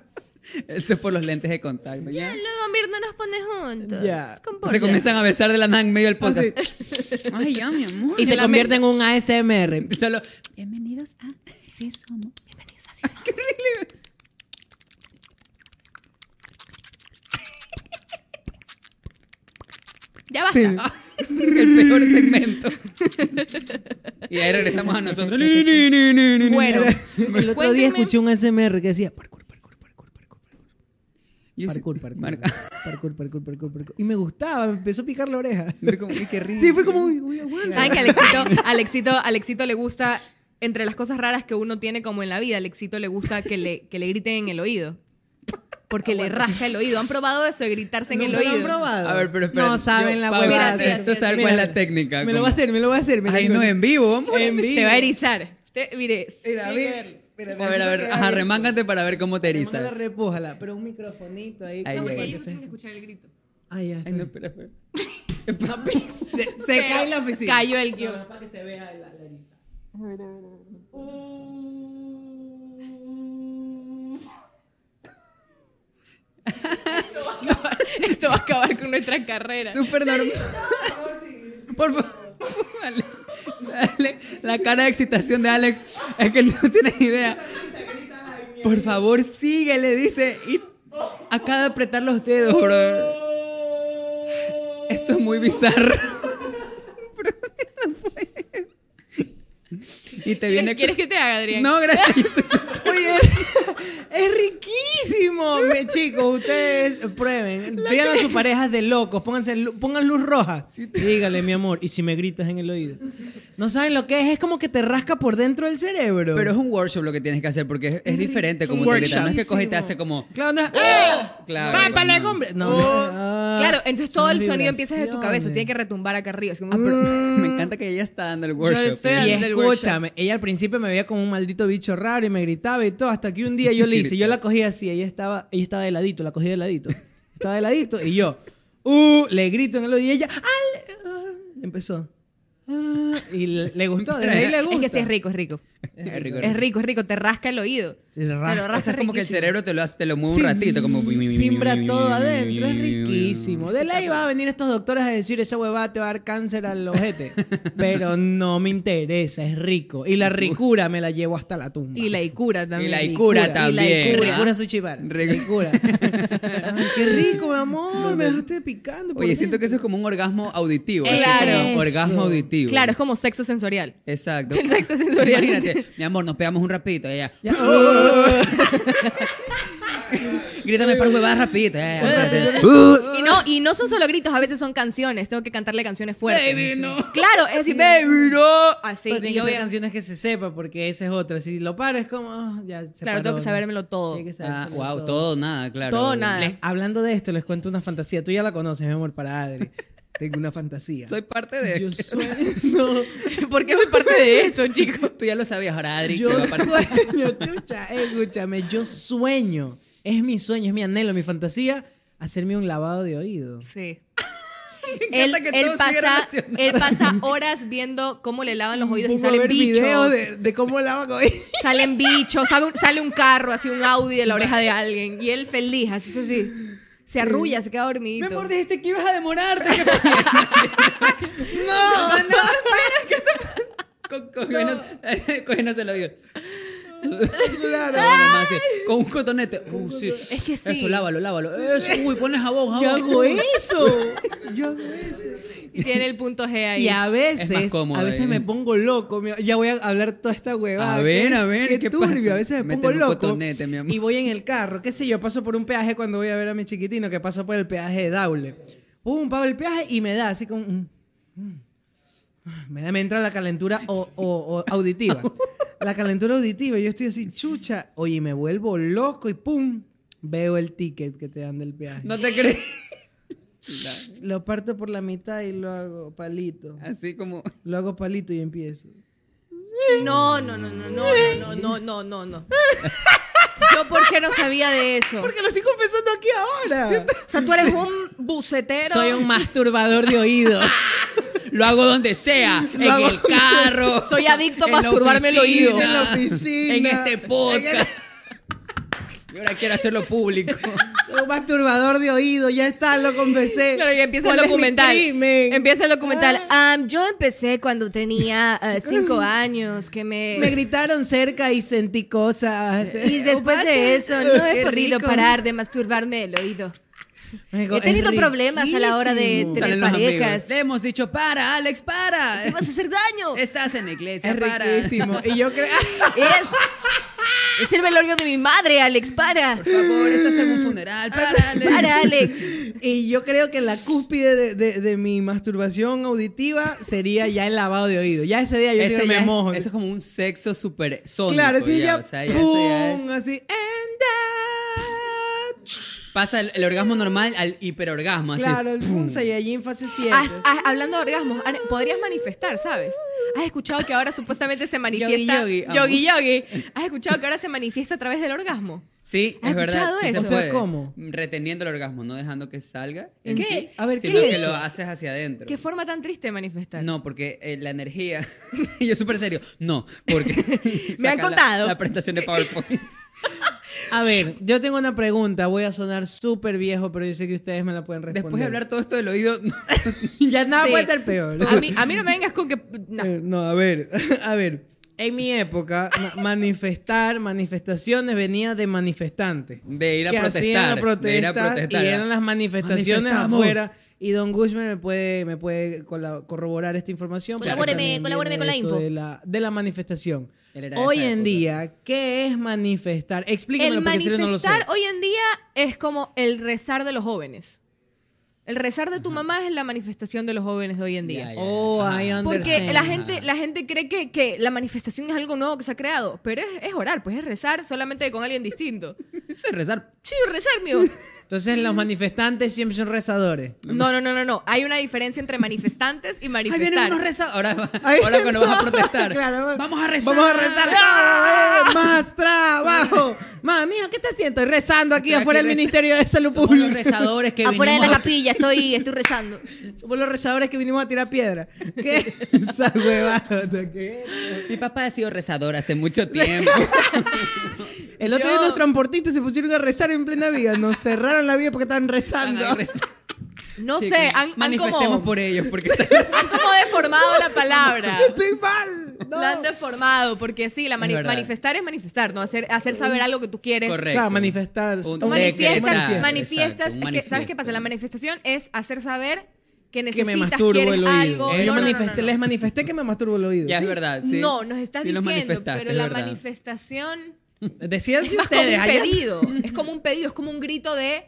Eso es por los lentes de contacto.
Ya,
¿ya?
luego Mir no nos pone juntos.
Ya.
Compórtate.
Se comienzan a besar de la nada en medio del podcast.
Así.
Ay, ya, mi amor.
Y se convierte en un ASMR.
Solo,
Bienvenidos a Sí Somos. Bienvenidos a Sí Somos.
Ya basta.
el peor segmento. y ahí regresamos a nosotros.
Bueno,
El otro día
cuéntenme-
escuché un ASMR que decía parkour, parkour, parkour, parkour, parkour,
Y eso-
parkour, parkour,
Marca.
parkour, parkour, parkour, parkour. Y me gustaba, me empezó a picar la
[LAUGHS]
oreja.
Fue como, "Uy, qué rico".
Sí, fue como, uy, uy, aguanta.
Saben que Alexito, Alexito, Alexito le gusta, entre las cosas raras que uno tiene como en la vida, Alexito le gusta que le, que le griten en el oído. Porque le rasca el oído. ¿Han probado eso de gritarse en el
¿Nunca lo han
oído?
probado?
A ver, pero espera.
No saben la
Pablo,
huevada.
Mira,
esto es saber cuál es la técnica.
Me
como-
lo va a hacer, me lo va a hacer. me lo
Ay,
va a
no, em-
hacer.
en vivo, vamos.
En vivo.
Se va a erizar. Usted, mire,
Mira, a
tiene que verlo.
ver.
A ver, a ver, ajá, remángate para ver cómo te
No la
erizas.
repújala, pero un microfonito ahí. como
Ahí, ahí.
para
Porque
que
ellos
se-
tienen que escuchar el grito.
Ay, ya.
Ay, no, espera, espera.
[LAUGHS] Se, se
Pero
cae la oficina.
Cayó el kiosco.
Para que se vea la, la eriza.
Mm. [LAUGHS] Esto va a acabar con nuestra carrera.
Súper normal. Por favor. [LAUGHS] Ale- Ale- la cara de excitación de Alex es que no tienes idea. Por favor, sigue, le dice. Y acaba de apretar los dedos, bro. Esto es muy bizarro. [LAUGHS] Bro, no puede. Y te viene.
¿Quieres que te haga, Adrián?
No, gracias. yo estoy súper-
Oye, es riquísimo. mismo, me- chicos, ustedes prueben. Vean a sus parejas de locos. Pónganse, lu- pongan luz roja. Dígale, mi amor. Y si me gritas en el oído. No saben lo que es. Es como que te rasca por dentro del cerebro.
Pero es un workshop lo que tienes que hacer porque es, es diferente como
un
te gritan. No es que
workshop.
coge y te hace como.
Claro, no es- ¡Ah!
Claro. Oh.
¡Papá,
eso
la
no.
cumbre! No. Ah,
Claro, entonces todo
son
el sonido empieza desde tu cabeza,
vibraciones.
tiene que retumbar acá arriba. Es como,
Ah, pero me encanta que ella está dando el workshop.
estoy
¿eh?
dando-
Y
del workshop.
escúchame, ella al principio me veía como un maldito bicho raro y me gritaba y todo, hasta que un día yo le hice, yo la cogí así, ella estaba, ella estaba de ladito, la cogí de ladito, estaba de ladito y yo, uh, le grito en el oído y ella, "Al- ah", empezó. Ah, y le, le gustó, desde ahí le gusta.
es que sí es rico, es rico.
Es rico,
Es rico, es rico, te rasca el oído.
Se rasca.
Te lo rasca
O sea, es como que el
riquísimo.
cerebro te lo, hace- te lo mueve
Sí,
un ratito. Como...
Simbra todo adentro, es riquísimo. De ley van a venir estos doctores a decir esa huevada te va a dar cáncer al ojete. Pero no me interesa, es rico. Y la ricura me la llevo hasta la tumba.
Y la icura también.
Y la icura también,
Y la
¿ah?
icura.
Ricura sushi bar.
Rico. [LAUGHS]
Ricura. Ay, qué rico, mi amor. Me dejaste picando. por
Oye, siento que
dentro.
eso es como un orgasmo auditivo. así
Claro.
como Orgasmo
Eso.
auditivo.
Claro, es como sexo sensorial.
Exacto.
El sexo sensorial.
Imagínate, mi amor, nos pegamos un rapidito. Ella.
Ya, oh,
Grítame para huevadas rapidito. ya, ya, espérate.
Y no, y no son solo gritos, a veces son canciones. Tengo que cantarle canciones fuertes. Baby, no. Claro, es decir, baby, no. Así.
[LAUGHS]
pero
y
tiene que ser
obvia-
canciones que se sepa, porque esa es otra. Si lo pares, como. ah, Ya, se
Claro, tengo
paró.
que sabérmelo todo.
Tiene que
Ah,
sabérselo
wow, todo, nada, claro.
Todo, nada.
Les- hablando de esto, les cuento una fantasía. Tú ya la conoces, mi amor, para Adri. Tengo una fantasía.
Soy parte de. [LAUGHS]
Yo soy. No.
[LAUGHS] ¿Por qué soy parte de
[LAUGHS]
esto, chicos?
Tú ya lo sabías, ahora Adri. te
Yo
va a aparecer.
sueño, chucha, escúchame, yo sueño, es mi sueño, es mi anhelo, mi fantasía, hacerme un lavado de oído.
Sí.
Me
Él,
encanta que
él
todo sigue
pasa,
relacionado.
él pasa horas viendo cómo le lavan los oídos y
Pongo a
salen
ver
bichos.
videos de, de cómo lava con [LAUGHS]
Salen bichos, sale un, sale un carro, así un Audi de la oreja de alguien. Y él feliz, así, así. Se arrulla, se queda dormido.
Mi amor, dijiste que ibas a
[LAUGHS]
demorarte. que-
¡No!
no, no, espera, que se... Con, con, [LAUGHS] cógenos el oído. Claro. Con un cotonete. Uh, sí.
Es que sí.
Eso, lávalo, lávalo. Eso, uy, pones jabón, jabón.
Yo hago eso. Yo hago eso.
Y tiene el punto G ahí.
Y a
Es más
veces,
cómodo
a veces
ahí.
me pongo loco. mi- Ya voy a hablar toda esta huevada.
A
que
ver,
es-
a ver,
Qué,
¿qué
turbio.
pasa?
A veces me
Méteme
pongo
un
loco.
cotonete, mi amor.
Y voy en el carro. Qué sé yo, paso por un peaje cuando voy a ver a mi chiquitino, que paso por el peaje de Daule. Pum, pago el peaje y me da así como... un- Me, da- me entra la calentura o- o- o
[LAUGHS]
auditiva. La calentura auditiva. Yo estoy así, chucha. Oye, me vuelvo loco y pum, veo el ticket que te dan del peaje.
No te crees.
Lo parto por la mitad y lo hago palito.
Así como.
Lo hago palito y empiezo.
No, no, no, no, no, no, no, no, no, no. Yo por qué no sabía de eso.
Porque lo estoy confesando aquí ahora.
O sea, tú eres un bucetero.
Soy un masturbador de oído.
Lo hago donde sea. en
hago
el carro.
Soy adicto a
en la
masturbarme el oído.
oficina,
En la oficina.
En este podcast. Y ahora quiero hacerlo público.
Soy un masturbador de oído. Ya está, lo confesé.
Claro, y empieza
¿Cuál
el
es mi
documental.
crimen?
Empieza el documental. Am, yo empecé cuando tenía eh, cinco años, que me...
Me gritaron cerca y sentí cosas. Oh,
y después de eso no he
Qué
podido
rico.
parar de masturbarme el oído.
Marico,
He tenido
es
problemas a la hora de
riquísimo.
tener
Salen los
parejas.
amigos. Le hemos dicho, para, Alex, para.
¡Te vas a hacer daño! Es,
Estás en la iglesia,
Es
para.
riquísimo. Y yo
[LAUGHS]
creo...
es el velorio de mi madre, Alex, para.
Por favor, estás en un funeral, para, Alex.
Para, Alex.
[LAUGHS] Y yo creo que la cúspide de, de- de mi masturbación auditiva sería ya el lavado de oído. Ya ese día yo
Ese
sí
ya
me
es-
mojo.
eso es como un sexo super sónico.
Claro, sí,
ya,
ya.
o sea, ya,
pum,
eso ya es-
así. And
pasa el, el orgasmo normal al hiperorgasmo.
that.
Así,
Claro, el
pum.
pum, Saiyajin fase 7.
Has- has- hablando de orgasmos, Ana, podrías manifestar, ¿sabes? Has escuchado que ahora supuestamente se manifiesta.
Yogi, yogi, amo.
yogi, yogi. Has escuchado que ahora se manifiesta a través del orgasmo.
Sí,
¿Has
es verdad.
escuchado
Sí se
eso?
O sea,
puede.
¿cómo?
Reteniendo el orgasmo, no dejando que salga. en
¿Qué?
sí,
A ver, ¿qué
sino
es
que
eso?
lo haces hacia adentro.
Qué forma tan triste de manifestar.
No, porque eh, la energía. [LAUGHS] yo súper serio. No,
[LAUGHS]
porque.
Me han
sacan la-
contado.
La, presentación de PowerPoint.
A ver, yo tengo una pregunta. Voy a sonar súper viejo, pero yo sé que ustedes me la pueden responder.
Después de hablar todo esto del oído.
[LAUGHS] ya nada
Sí.
puede ser peor.
A
[LAUGHS]
mí, a mí no me vengas con que. no.
Eh, no, a ver, [LAUGHS] a ver. En mi época, ma- manifestar, manifestaciones venía de manifestantes.
De ir a
que hacían
protestar,
la protesta
de ir a protestar.
Y eran las manifestaciones
Manifestamos.
afuera Y Don Guzmán me puede, me puede cola- corroborar esta información. porque
Colabóreme,
también
colabóreme
viene
con la
esto
info.
De la, de la manifestación.
Él era
Hoy
esa
en
época.
día, ¿qué es manifestar? Explíquemelo
el
porque en serio no lo sé.
manifestar hoy en día es como el rezar de los jóvenes. El rezar de tu mamá es la manifestación de los jóvenes de hoy en día.
Ya, ya, ya.
Oh,
Ajá.
I
Porque
understand.
la gente, la gente cree que, que la manifestación es algo nuevo que se ha creado, pero es, es orar, pues es rezar solamente con alguien distinto.
[LAUGHS] Eso es rezar.
Sí, rezar, mío.
Entonces los manifestantes siempre son rezadores.
No, no, no, no, no. Hay una diferencia entre manifestantes y
Ahí vienen
manifestar.
unos rezadores. Ahora,
Ahí-
ahora
[LAUGHS]
cuando vas a protestar.
Claro.
vamos a rezar.
Vamos a rezar todo, eh, más trabajo. Mamá mía, ¿qué te siento? Rezando aquí
Estoy aquí
afuera del
reza-
Ministerio de Salud
Somos los
Pública.
rezadores que
Afuera de la
vinimos a-
capilla, estoy, estoy rezando.
Somos los rezadores que vinimos a tirar piedra. ¿Qué? [LAUGHS] Esa huevada, ¿qué?
Mi papá ha sido rezador
[LAUGHS]
hace mucho tiempo.
El otro
Yo-
día los transportistas se pusieron a rezar en plena vida. Nos cerraron la vida porque estaban rezando.
Están rezando.
No
Chicos,
sé, han, han
manifestemos
como,
por ellos porque
han como deformado la
[LAUGHS]
palabra.
[LAUGHS] Estoy mal. No.
La han deformado, porque sí, la mani-
verdad.
manifestar es manifestar, ¿no? Hacer, hacer saber algo que tú quieres.
Correcto.
Claro, manifestar.
Un-
Tú
un-
manifiestas,
Decretar,
manifiestas.
exacto, un
es que, ¿Sabes qué pasa? La
manifiesto.
manifestación es hacer saber que
Que me
necesitas,
masturbo
quieres
el oído.
algo.
Eh,
Yo
No, no, no,
manifesté-
no, no.
les manifesté que me masturbo el oído.
ya
¿sí?
es verdad. sí.
No, nos estás
Sí los
diciendo,
manifestaste,
pero
es
la
verdad.
manifestación
Decían
es
si
más como
ustedes.
un
allá- [LAUGHS]
pedido. Es como un pedido, es como un grito de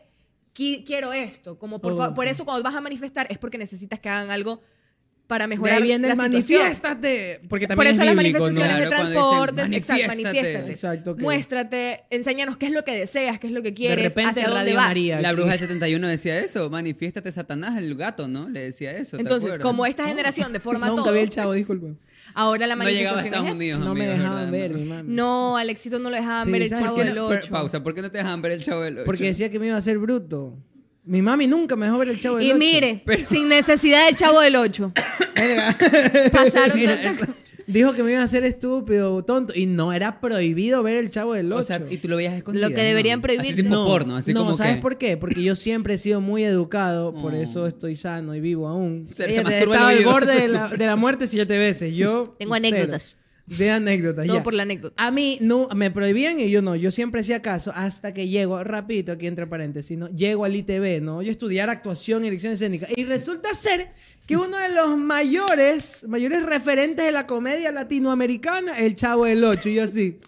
"Qui- quiero esto. Como por, fa-
Oh.
por eso cuando vas a manifestar es porque necesitas que hagan algo para
De
mejorar
ahí viene
la
el
situación.
manifiéstate. Porque
Por
también
eso
es
las
bíblico, ¿no?
manifestaciones de
Claro, cuando
transportes,
dicen,
exacto,
"Manifiéstate".
manifiéstate.
Exacto, que-
Muéstrate, enséñanos qué es lo que deseas, qué es lo que
De
quieres,
repente
hacia dónde
Radio
vas.
María.
La
aquí.
bruja del 71 decía eso, manifiéstate Satanás el gato, ¿no? Le decía eso. ¿te
Entonces,
acuerdas?
como esta generación deforma
Ah, Nunca
todo,
vi el chavo, disculpen.
ahora la
no llegaba a
manifestación
Estados
es eso.
Unidos,
No me
amigos,
dejaban
¿verdad?
ver,
No.
mi mami.
No, Alexito no lo dejaban
Sí,
ver el
¿sabes
chavo
qué?
del
Pero,
8.
pausa, ¿por qué no te dejaban ver el chavo del 8?
Porque decía que me iba a hacer bruto. Mi mami nunca me dejó ver el chavo del
Y
Ocho.
mire,
Pero-
sin necesidad del chavo del 8.
Verga.
Pasaron
Mira,
tantas-
eso-
Dijo que me iba a hacer estúpido, tonto. Y no, era prohibido ver el chavo del 8.
o sea, y tú lo veías escondido.
Lo que deberían prohibir.
Así tipo
no,
porno, así
no,
como
¿sabes
que...
por qué? Porque yo siempre he sido muy educado, por
Oh.
eso estoy sano y vivo aún.
Se- se
Ella
masturba
estaba
el
al
oído.
borde de
[LAUGHS]
la, de la muerte siete veces. Yo
Tengo
cero.
anécdotas.
De anécdotas,
Todo
ya.
por la anécdota.
A mí no, me prohibían y yo no. Yo siempre hacía caso hasta que llego, rapidito aquí entre paréntesis, ¿no? llego al ITB, ¿no? Yo estudiar actuación y dirección escénica. Y resulta ser que uno de los mayores, mayores referentes de la comedia latinoamericana, el Chavo del Ocho. Y yo así.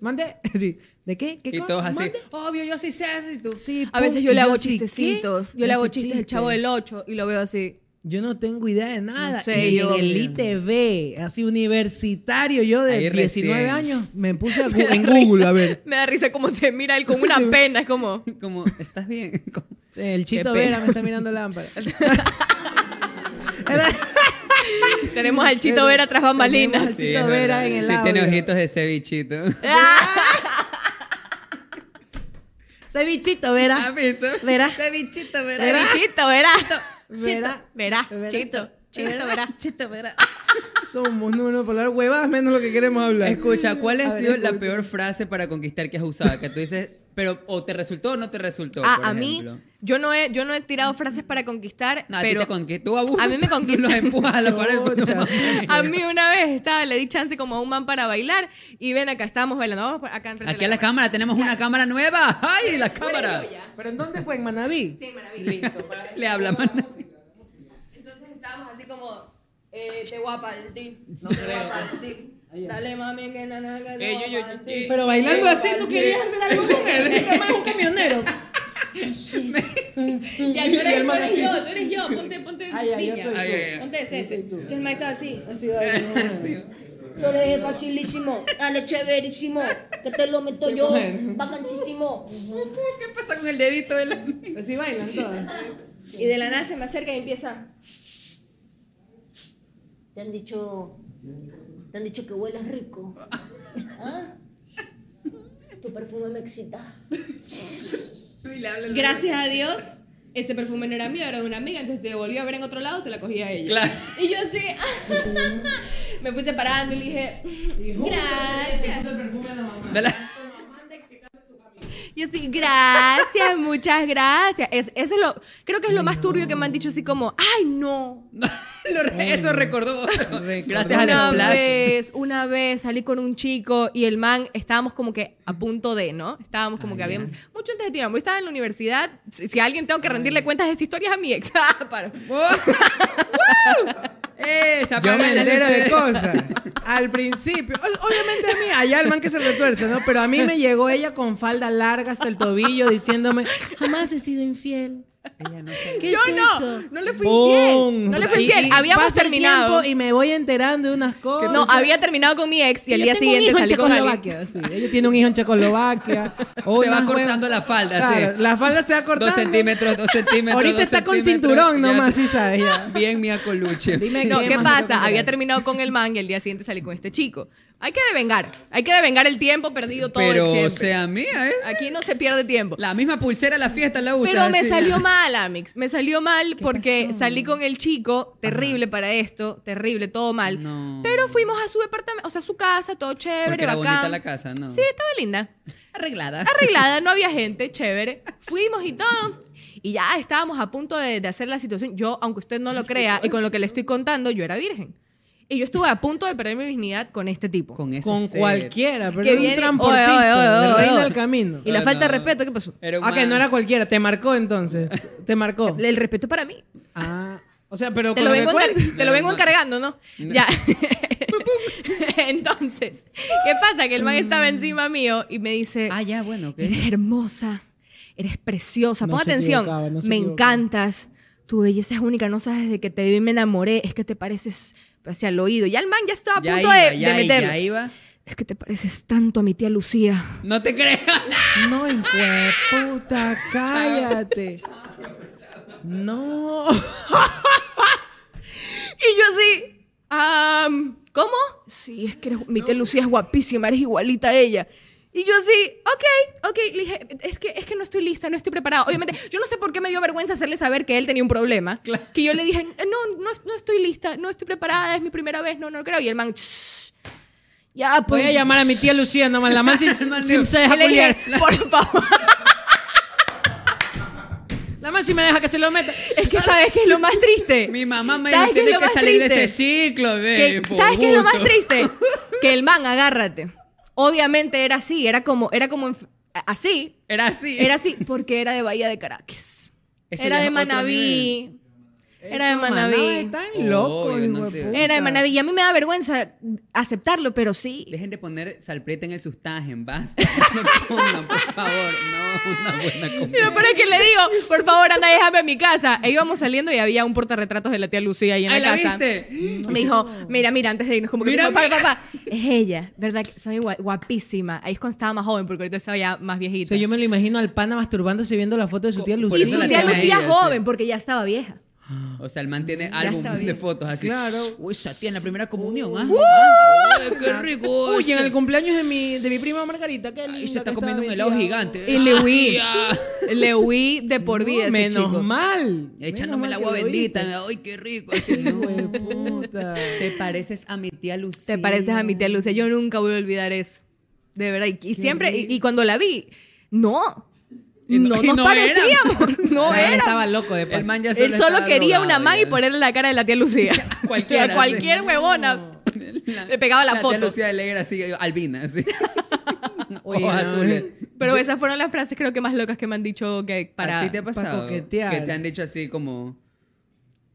¿Mande? Sí. ¿De qué? ¿Qué
Y
co-
todos así,
mande?
obvio, yo sí sé eso y tú...
Sí,
A veces
pum,
yo
y
le hago
así, ¿qué?
chistecitos. Yo le hago
hace
chistes del chavo del 8 y lo veo así.
Yo no tengo idea de nada.
No sé,
y
yo-
en el ITB, así universitario, yo de
Ahí
19
recién.
años, me puse
[LAUGHS]
a
Me
gu-
da
en
risa.
Google a ver.
Me da risa como te mira él con [LAUGHS] una pena. Es como.
Como, ¿estás bien? [LAUGHS] Como-
El
pena.
Chito Vera me está
[LAUGHS]
mirando lámpara.
Tenemos al Chito Vera tras bambalinas.
Sí, es Vera
verdad.
en el
Sí, tiene
audio.
ojitos de cevichito.
Soy bichito, Vera.
¿Has visto?
Vera.
Cevichito,
Verá,
¿verdad?
Chito, verá.
Verá.
Verá.
Verá.
Chito. Chito, verá. Chito, verá.
Ah,
Somos número por hablar huevadas menos lo que queremos hablar.
Escucha, ¿cuál
A
ha
ver,
sido la
escucha.
peor frase para conquistar que has usado? Que tú dices, pero o te resultó o no te resultó.
Ah,
por
a mí,
ejemplo.
yo no, he, yo no he tirado frases para conquistar,
No, a ti
pero
te conquist- tú abusas.
a mí me
[LAUGHS] Tú los
conquistan.
empujas a la pared.
Chocha.
No, sé.
a mí una vez estaba, le di chance como a un man para bailar y ven acá, estábamos bailando. Vamos por acá enfrente
Aquí a la cámara tenemos una cámara nueva. ¡Ay, la cámara!
¿Pero en dónde fue? ¿En Manaví?
Sí, maravilla.
Le habla man.
Entonces estábamos así como, eh, te voy a partir, te voy a partir. Dale mami que na, na, que te
Ey,
voy a
Eh, yo, yo, yo,
partir.
yo.
Pero bailando así, tú querías hacer algo con
[LAUGHS]
él. Este man es un camionero.
Ya, tú eres, tú eres yo, tú eres yo, ponte, ponte
Ay, ay, yo
niña.
soy
Ay,
tú.
ay, ay.
Ponte ese. Entonces me está así.
Así, ay, no.
Yo le dije facilísimo, dale chéverísimo, que te lo meto yo, bacanísimo.
¿Qué pasa con el dedito de la
Así bailan todas.
Y de la nada se me acerca y empieza.
Te han dicho, te han dicho que hueles rico. ¿Ah? Tu perfume me excita.
Y le habla el-
Gracias a Dios, este perfume no era mío, era de una amiga, entonces se volvió a ver en otro lado, se la cogía a ella.
Claro.
Y yo así, [LAUGHS] me fui separando y le dije, gracias.
de la-
Y así, gracias, muchas gracias. Es, eso es lo, creo que es lo más turbio que me han dicho así como, ay, no.
[LAUGHS] Lo re- eso recordó. Gracias al
una
splash.
vez, una vez salí con un chico y el man, estábamos como que a punto de, ¿no? Estábamos como que habíamos, mucho antes de tiempo, yo estaba en la universidad, si, si a alguien tengo que rendirle cuentas de esa historia es a mi ex. [LAUGHS] Ah, Paro.
Eh, ya
Yo
pagan
me
la
entero
luz.
de
[LAUGHS]
cosas. Al principio. o- Obviamente a mí, allá el man que se retuerce, ¿no? Pero a mí me llegó ella con falda larga hasta el tobillo diciéndome, jamás he sido infiel. ¿Qué
Yo
es
no,
eso?
no le fui infiel,
Boom.
no le fui
Y-
infiel,
y
habíamos
pasa el
terminado.
tiempo Y me voy enterando de unas cosas.
No, había terminado con mi ex y al día siguiente
salí
salí con alguien.
Ella tiene un hijo en Checoslovaquia. O
Se va
unas
cortando
huevas-
la falda,
Claro,
sí.
la falda se va cortando.
Dos centímetros, dos centímetros.
Ahorita
dos
está con
centímetros.
cinturón
Ya.
nomás, sí sabes. ya.
[LAUGHS] Bien, Mia Coluche.
[LAUGHS] Dime
No, ¿qué
más
pasa?
me
Había
tengo que
terminado con el man y al día siguiente salí con este chico. Hay que devengar, hay que devengar el tiempo perdido todo
Pero,
el
o
siempre.
sea, mía, ¿eh?
Aquí no se pierde tiempo.
La misma pulsera a la fiesta la usa.
Pero me
sí.
salió mal, Amix. Me salió mal porque salí con el chico, terrible para esto, terrible, todo mal.
No.
Pero fuimos a su departamento, o sea, a su casa, todo chévere,
Porque era
bacán.
bonita la casa, ¿no?
Sí, estaba linda.
[LAUGHS] Arreglada.
Arreglada, no había gente, chévere. Fuimos y todo. Y ya estábamos a punto de, de hacer la situación. Yo, aunque usted no lo crea, y con lo que le estoy contando, yo era virgen. Y yo estuve a punto de perder mi virginidad con este tipo.
Con ese
Con
ser.
cualquiera, pero
Que
era un
viene- Oye,
transportista,
oye, oye,
de
oye,
reina
oye.
al camino.
Y la
Ah,
falta de
no.
respeto, ¿qué pasó?
Era un
Ah, que
man.
no era cualquiera, te marcó entonces.
[LAUGHS]
Te marcó.
El respeto para mí.
Ah, o sea, pero
Te
con
lo, vengo,
recuerdo.
encar- te lo vengo encargando, ¿no? Ya. Entonces, ¿qué pasa? Que el man estaba encima mío y me dice,
Ah, ya, bueno,
[LAUGHS]
ok.
eres hermosa, eres preciosa,
No
pon
se
atención,
equivocaba, no se
me
equivocaba.
encantas, tu belleza es única, no sabes desde que te vi me enamoré, es que te pareces hacia el oído. Ya el man ya estaba a
Ya
punto
iba,
de,
ya,
de
iba,
meterlo.
ya iba.
Es que te pareces tanto a mi tía Lucía.
No te [LAUGHS] creas.
[LAUGHS] No, hijo de puta, cállate. No.
Y yo así, am, ¿cómo? Sí, es que eres- mi tía Lucía es guapísima, eres igualita a ella. Y yo así, ok, ok, le dije, es que, es que no estoy lista, no estoy preparada. Obviamente, yo no sé por qué me dio vergüenza hacerle saber que él tenía un problema. Que yo le dije, no, no, no estoy lista, no estoy preparada, es mi primera vez, no, no creo. Y el man, "Shh, ya,
Voy
pues.
a llamar a mi tía Lucía nomás,
[LAUGHS]
la man si, si se deja
Y le dije,
culiar.
por
[LAUGHS]
favor.
La man si me deja que se lo meta.
Es que sabes que es lo más triste.
Mi mamá me
¿Sabes
dijo,
qué es
tienes
lo
que
más
salir de
triste?
ese ciclo,
que-
bebé. por
¿Sabes qué es lo más
gusto.
triste? Que el man, agárrate. Obviamente era así, era como, era como en- así,
Era así.
era así, porque era de Bahía de Caracas.
Ese
era
ya
de
es otro nivel.
Manaví. Era de
Eso, maná,
Manaví.
Están locos,
Obvio, no
hijo de
te-
puta.
Era de Manaví. Y a mí me da vergüenza aceptarlo, pero sí.
Dejen de poner salpreta en el sustagen, basta. [LAUGHS] No pongan, por favor. No, una buena
Y lo
comida.
peor es que le
[LAUGHS]
digo, por favor, anda, déjame a mi casa. E íbamos saliendo y había un portarretratos de la tía Lucía ahí en
Ahí
la
la
casa.
viste.
Me dijo, mira, mira, antes de irnos, como que
Mira,
dijo, papá,
mira.
papá, [LAUGHS] es ella, ¿verdad? Que soy gua- guapísima. Ahí es cuando estaba más joven, porque ahorita estaba ya más
O
viejita.
sea, yo me lo imagino al pana masturbándose viendo la foto de su tía
Por
Y
Lucía.
eso la
su tía
tiene
Lucía
ahí, así.
joven, porque ya estaba vieja.
O sea, el man tiene
Ya
álbum
está
de
bien.
fotos así.
Claro.
Uy, esa tía en la primera comunión, ¿ah? Ay, ¡Qué rico!
Uy, en
ese-
el cumpleaños de mi, de mi prima Margarita, qué linda
Ay, se está
que
comiendo un
estaba
helado
vestida.
gigante.
Y le huí.
Ay,
Le huí de por
No,
vida. a ese
menos
chico.
mal.
Echándome el
Menos
agua
mal que lo
bendita.
oíste.
Ay, qué rico. Así,
Hijo
[LAUGHS]
de puta.
Te pareces a mi tía Lucía.
Te pareces a mi tía Lucia. Yo nunca voy a olvidar eso. De verdad. Y, y siempre, y, y cuando la vi, no.
Y no-
no
y
nos
no
parecíamos.
[LAUGHS]
No
Ah, él
era.
Estaba loco de paso.
El man ya
Él solo
estaba
quería
drogado
una man
ya.
y ponerle la cara de la tía
[LAUGHS]
Lucía.
Cualquiera,
Que a cualquier [LAUGHS]
sí.
huevona. Le pegaba la
Tía
foto.
Lucía de Legra, así, albina, así.
Oye,
Ojos
no.
azules.
Pero esas fueron las frases creo que más locas que me han dicho que para...
¿A ti te ha pasado?
coquetear.
Que te han dicho así como...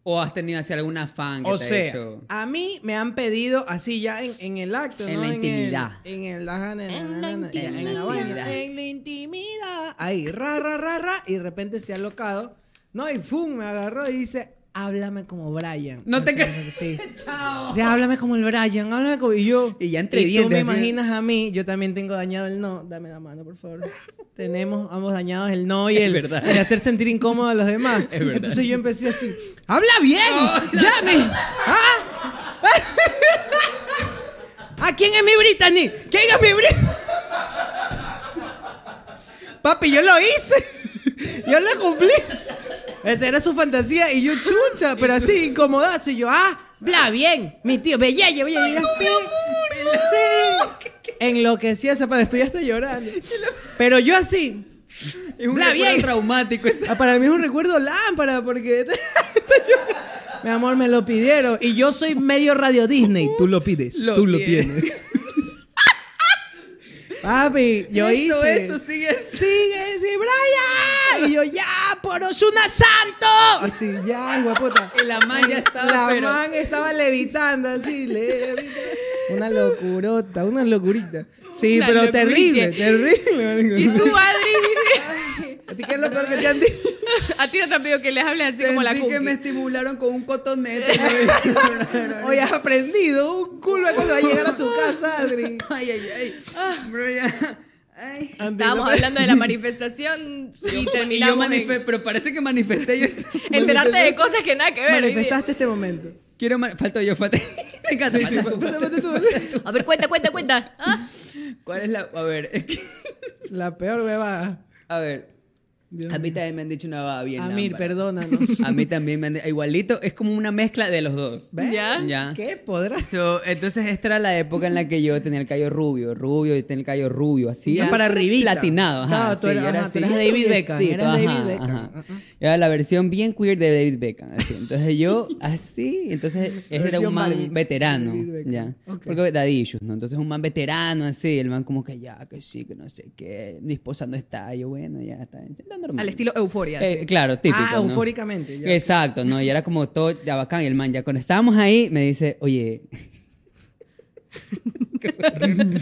O has tenido así algún afán que
O
te ha
sea,
hecho...
a mí me han pedido así ya en, en el acto,
En
¿no?
la intimidad.
En el, en el- ajá, na, na,
En
na,
la
na, en
intimidad.
la vaina. En la intimidad. Ahí, ra, ra, ra, ra, y de repente se ha alocado, ¿no? Y pum, me agarró y dice, háblame como Brian.
No te
Así,
creo.
Sí. O sea, háblame como el Brian, háblame como... Y yo...
Y ya entre
entre tú
dientes,
me
así.
imaginas a mí, yo también tengo dañado el no. Dame la mano, por favor. Tenemos ambos dañados el no y
Es
el,
verdad.
el hacer sentir incómodo a los demás.
Es verdad.
Entonces yo empecé así, ¡habla bien! ¡Ya me! ¿Ah? [LAUGHS] ¿A quién es mi Brittany? ¿Quién es mi Brittany? Papi, yo lo hice. [LAUGHS] Yo lo cumplí. Esa era su fantasía y yo chucha, pero así incomodazo. Y yo, ah, bla, bien, mi tío, belleye, belleye, así. Sí. Enloquecí esa para estoy hasta llorando. Pero yo así,
Es un
Bla,
recuerdo
bien.
traumático. es-
[LAUGHS] Ah, para mí es un recuerdo lámpara, porque. [LAUGHS] Mi amor, me lo pidieron. Y yo soy medio Radio Disney. Tú lo pides.
Lo
tú lo
pide.
tienes.
[LAUGHS]
Papi, yo
eso,
hice.
eso, sigue eso.
Sigue, sí, Brian. Y yo, ya, por Osuna Santo. Así, Ah, ya, guapota.
Y la man ya estaba,
La
pero-
man estaba levitando, así, levitando. Una locurota, una locurita. Sí,
Una
pero
locurique.
terrible, terrible. marico.
Y tú, Adri, [LAUGHS]
¿A ti qué es lo peor que te han dicho?
a ti no te han pedido que les hables así como la
Sentí que
cookie.
me estimularon con un cotonete.
Hoy has aprendido un culo de cuando va a llegar a su casa, Adri.
ay, ay, ay. Bro, ya. Ay.
Estábamos hablando de la manifestación y
Y [LAUGHS] yo
terminamos
manifesté, pero parece que manifesté. Yo
en enterarte de cosas que nada que ver.
Manifestaste este momento.
[LAUGHS] Quiero man- falto yo, falta. [LAUGHS] Me encanta,
Sí, sí,
faltas tú,
ponte- ponte
faltas tú.
tú.
A ver, cuenta, cuenta,
[LAUGHS]
cuenta.
Mm.
¿Ah?
¿Cuál es la? A ver, es que-
La peor huevada.
a ver.
Dios
A mí
mío.
también me han dicho una baba bien.
Amir,
lámpara.
perdónanos.
[LAUGHS] A mí también me han dicho igualito, es como una mezcla de los dos.
¿Ves?
¿Ya?
Ya.
¿Qué podrás?
So, entonces esta era la época en la que yo tenía el cabello rubio, rubio y tenía el cabello rubio, así.
Ya. Para arribita.
Platinado, ajá.
Claro, tú
sí,
eras-
yo era
ajá, tú
así,
eras David Beckham,
rubiecito,
eras David
ajá,
Beckham.
ajá.
Ajá.
Era la versión bien queer de David Beckham. así. Entonces yo, así. Entonces ese era
Versión
un man
Barbie.
veterano,
David Beckham.
ya.
Ok.
Porque daddy issues, ¿no? Entonces un man veterano, así. El man como que ya, que sí, que no sé qué. Mi esposa no está. Yo, bueno, ya está. Lo normal.
Al estilo euforia.
Eh, claro, típico.
ah,
¿no?
eufóricamente. ya.
Exacto, ¿no? Y era como todo ya bacán. Y el man, ya cuando estábamos ahí, me dice, oye. [LAUGHS] Qué horrible.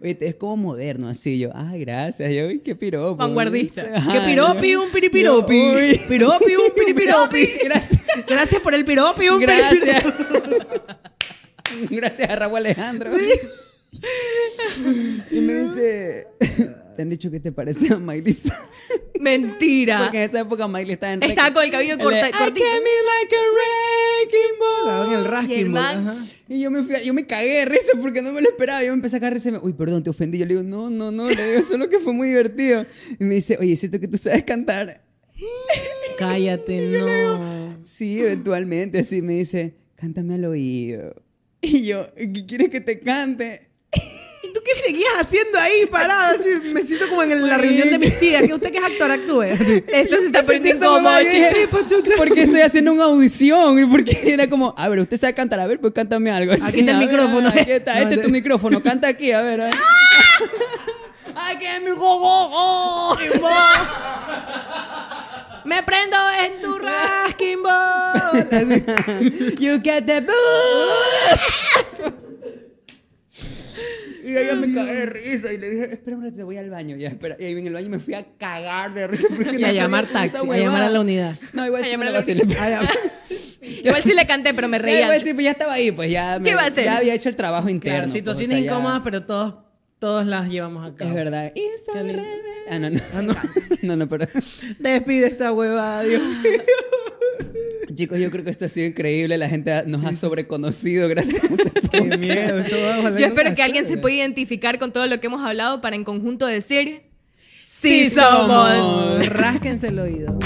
oye, es como moderno, así. Yo, ah, gracias. Yo, uy, qué piropo.
Vanguardista.
Ajá,
¿Qué piropi,
yo-
un piripiropi?
yo, uy.
Piropi, [LAUGHS]
[LAUGHS]
un piripiropi.
Gracias.
Gracias por el piropi, un piripiropi. [LAUGHS]
Gracias. [LAUGHS] Gracias a Raúl Alejandro. Y me dice, te han dicho que te parece a Miley Cyrus?"
Mentira.
Porque en esa época Miley estaba en
Estaba
reggae.
con el cabello
de,
corta-
"I
cortito".
came in like a wrecking ball.
Claro, en el
Y el
rasking ball,
man-
ajá.
Y yo me, fui a- yo me cagué de risa porque no me lo esperaba. Yo me empecé a cagar de risa. y me, Uy, perdón, te ofendí. Yo le digo, no, no, no. Le digo, solo que fue muy divertido. Y me dice, oye, siento que tú sabes cantar.
Cállate, no.
Sí, eventualmente. Así me dice, cántame al oído. Y yo, ¿qué quieres que te cante?
¿Y tú qué seguías haciendo ahí parada? Así, me siento como en el- la reunión de mis tías. Que usted que es actor, [LAUGHS] actúe.
Esto se está
Me sentí
poniendo
esa
incómodo,
mamá, yo dije,
chicos.
¿Por qué estoy haciendo una audición? Y Porque era como, a ver, usted sabe cantar, a ver, pues cántame algo.
Aquí está el
a ver,
micrófono.
Aquí está, este es tu micrófono, canta aquí, a ver.
[LAUGHS]
a ver. ¡Ay, qué mi gogo!
Me prendo en tu rasking ball.
You get the boo. Y ahí ya me cagué
Mm.
de risa y le dije, espera un ratito, voy al baño. Ya, espera. Y ahí en el baño me fui a cagar de risa.
[LAUGHS]
porque
Y
no
a llamar
podía con esa
taxi, a
huevada.
llamar a la unidad.
No, igual
A
sí
llamar
me
a
la
la
vacilé.
[LAUGHS] Igual sí le canté, pero me
Ya,
reía.
igual sí, pues ya estaba ahí, pues ya, me-
¿Qué va a hacer?
ya había hecho el trabajo interno.
Claro,
pues,
situaciones
o sea, ya-
incómodas, pero todos, todos las llevamos a cabo.
Es verdad. Y soy
Qué lindo.
rebelde. Ah, no, no. no. [LAUGHS] no, pero.
Despide esta huevada, Dios mío.
Chicos, yo creo que esto ha sido increíble. La gente ha- nos ha sobreconocido gracias a este
Qué miedo. esto va a valer
Yo espero
una
que alguien se
saga.
pueda identificar con todo lo que hemos hablado para en conjunto decir
Sí
somos.
Rásquense el oído.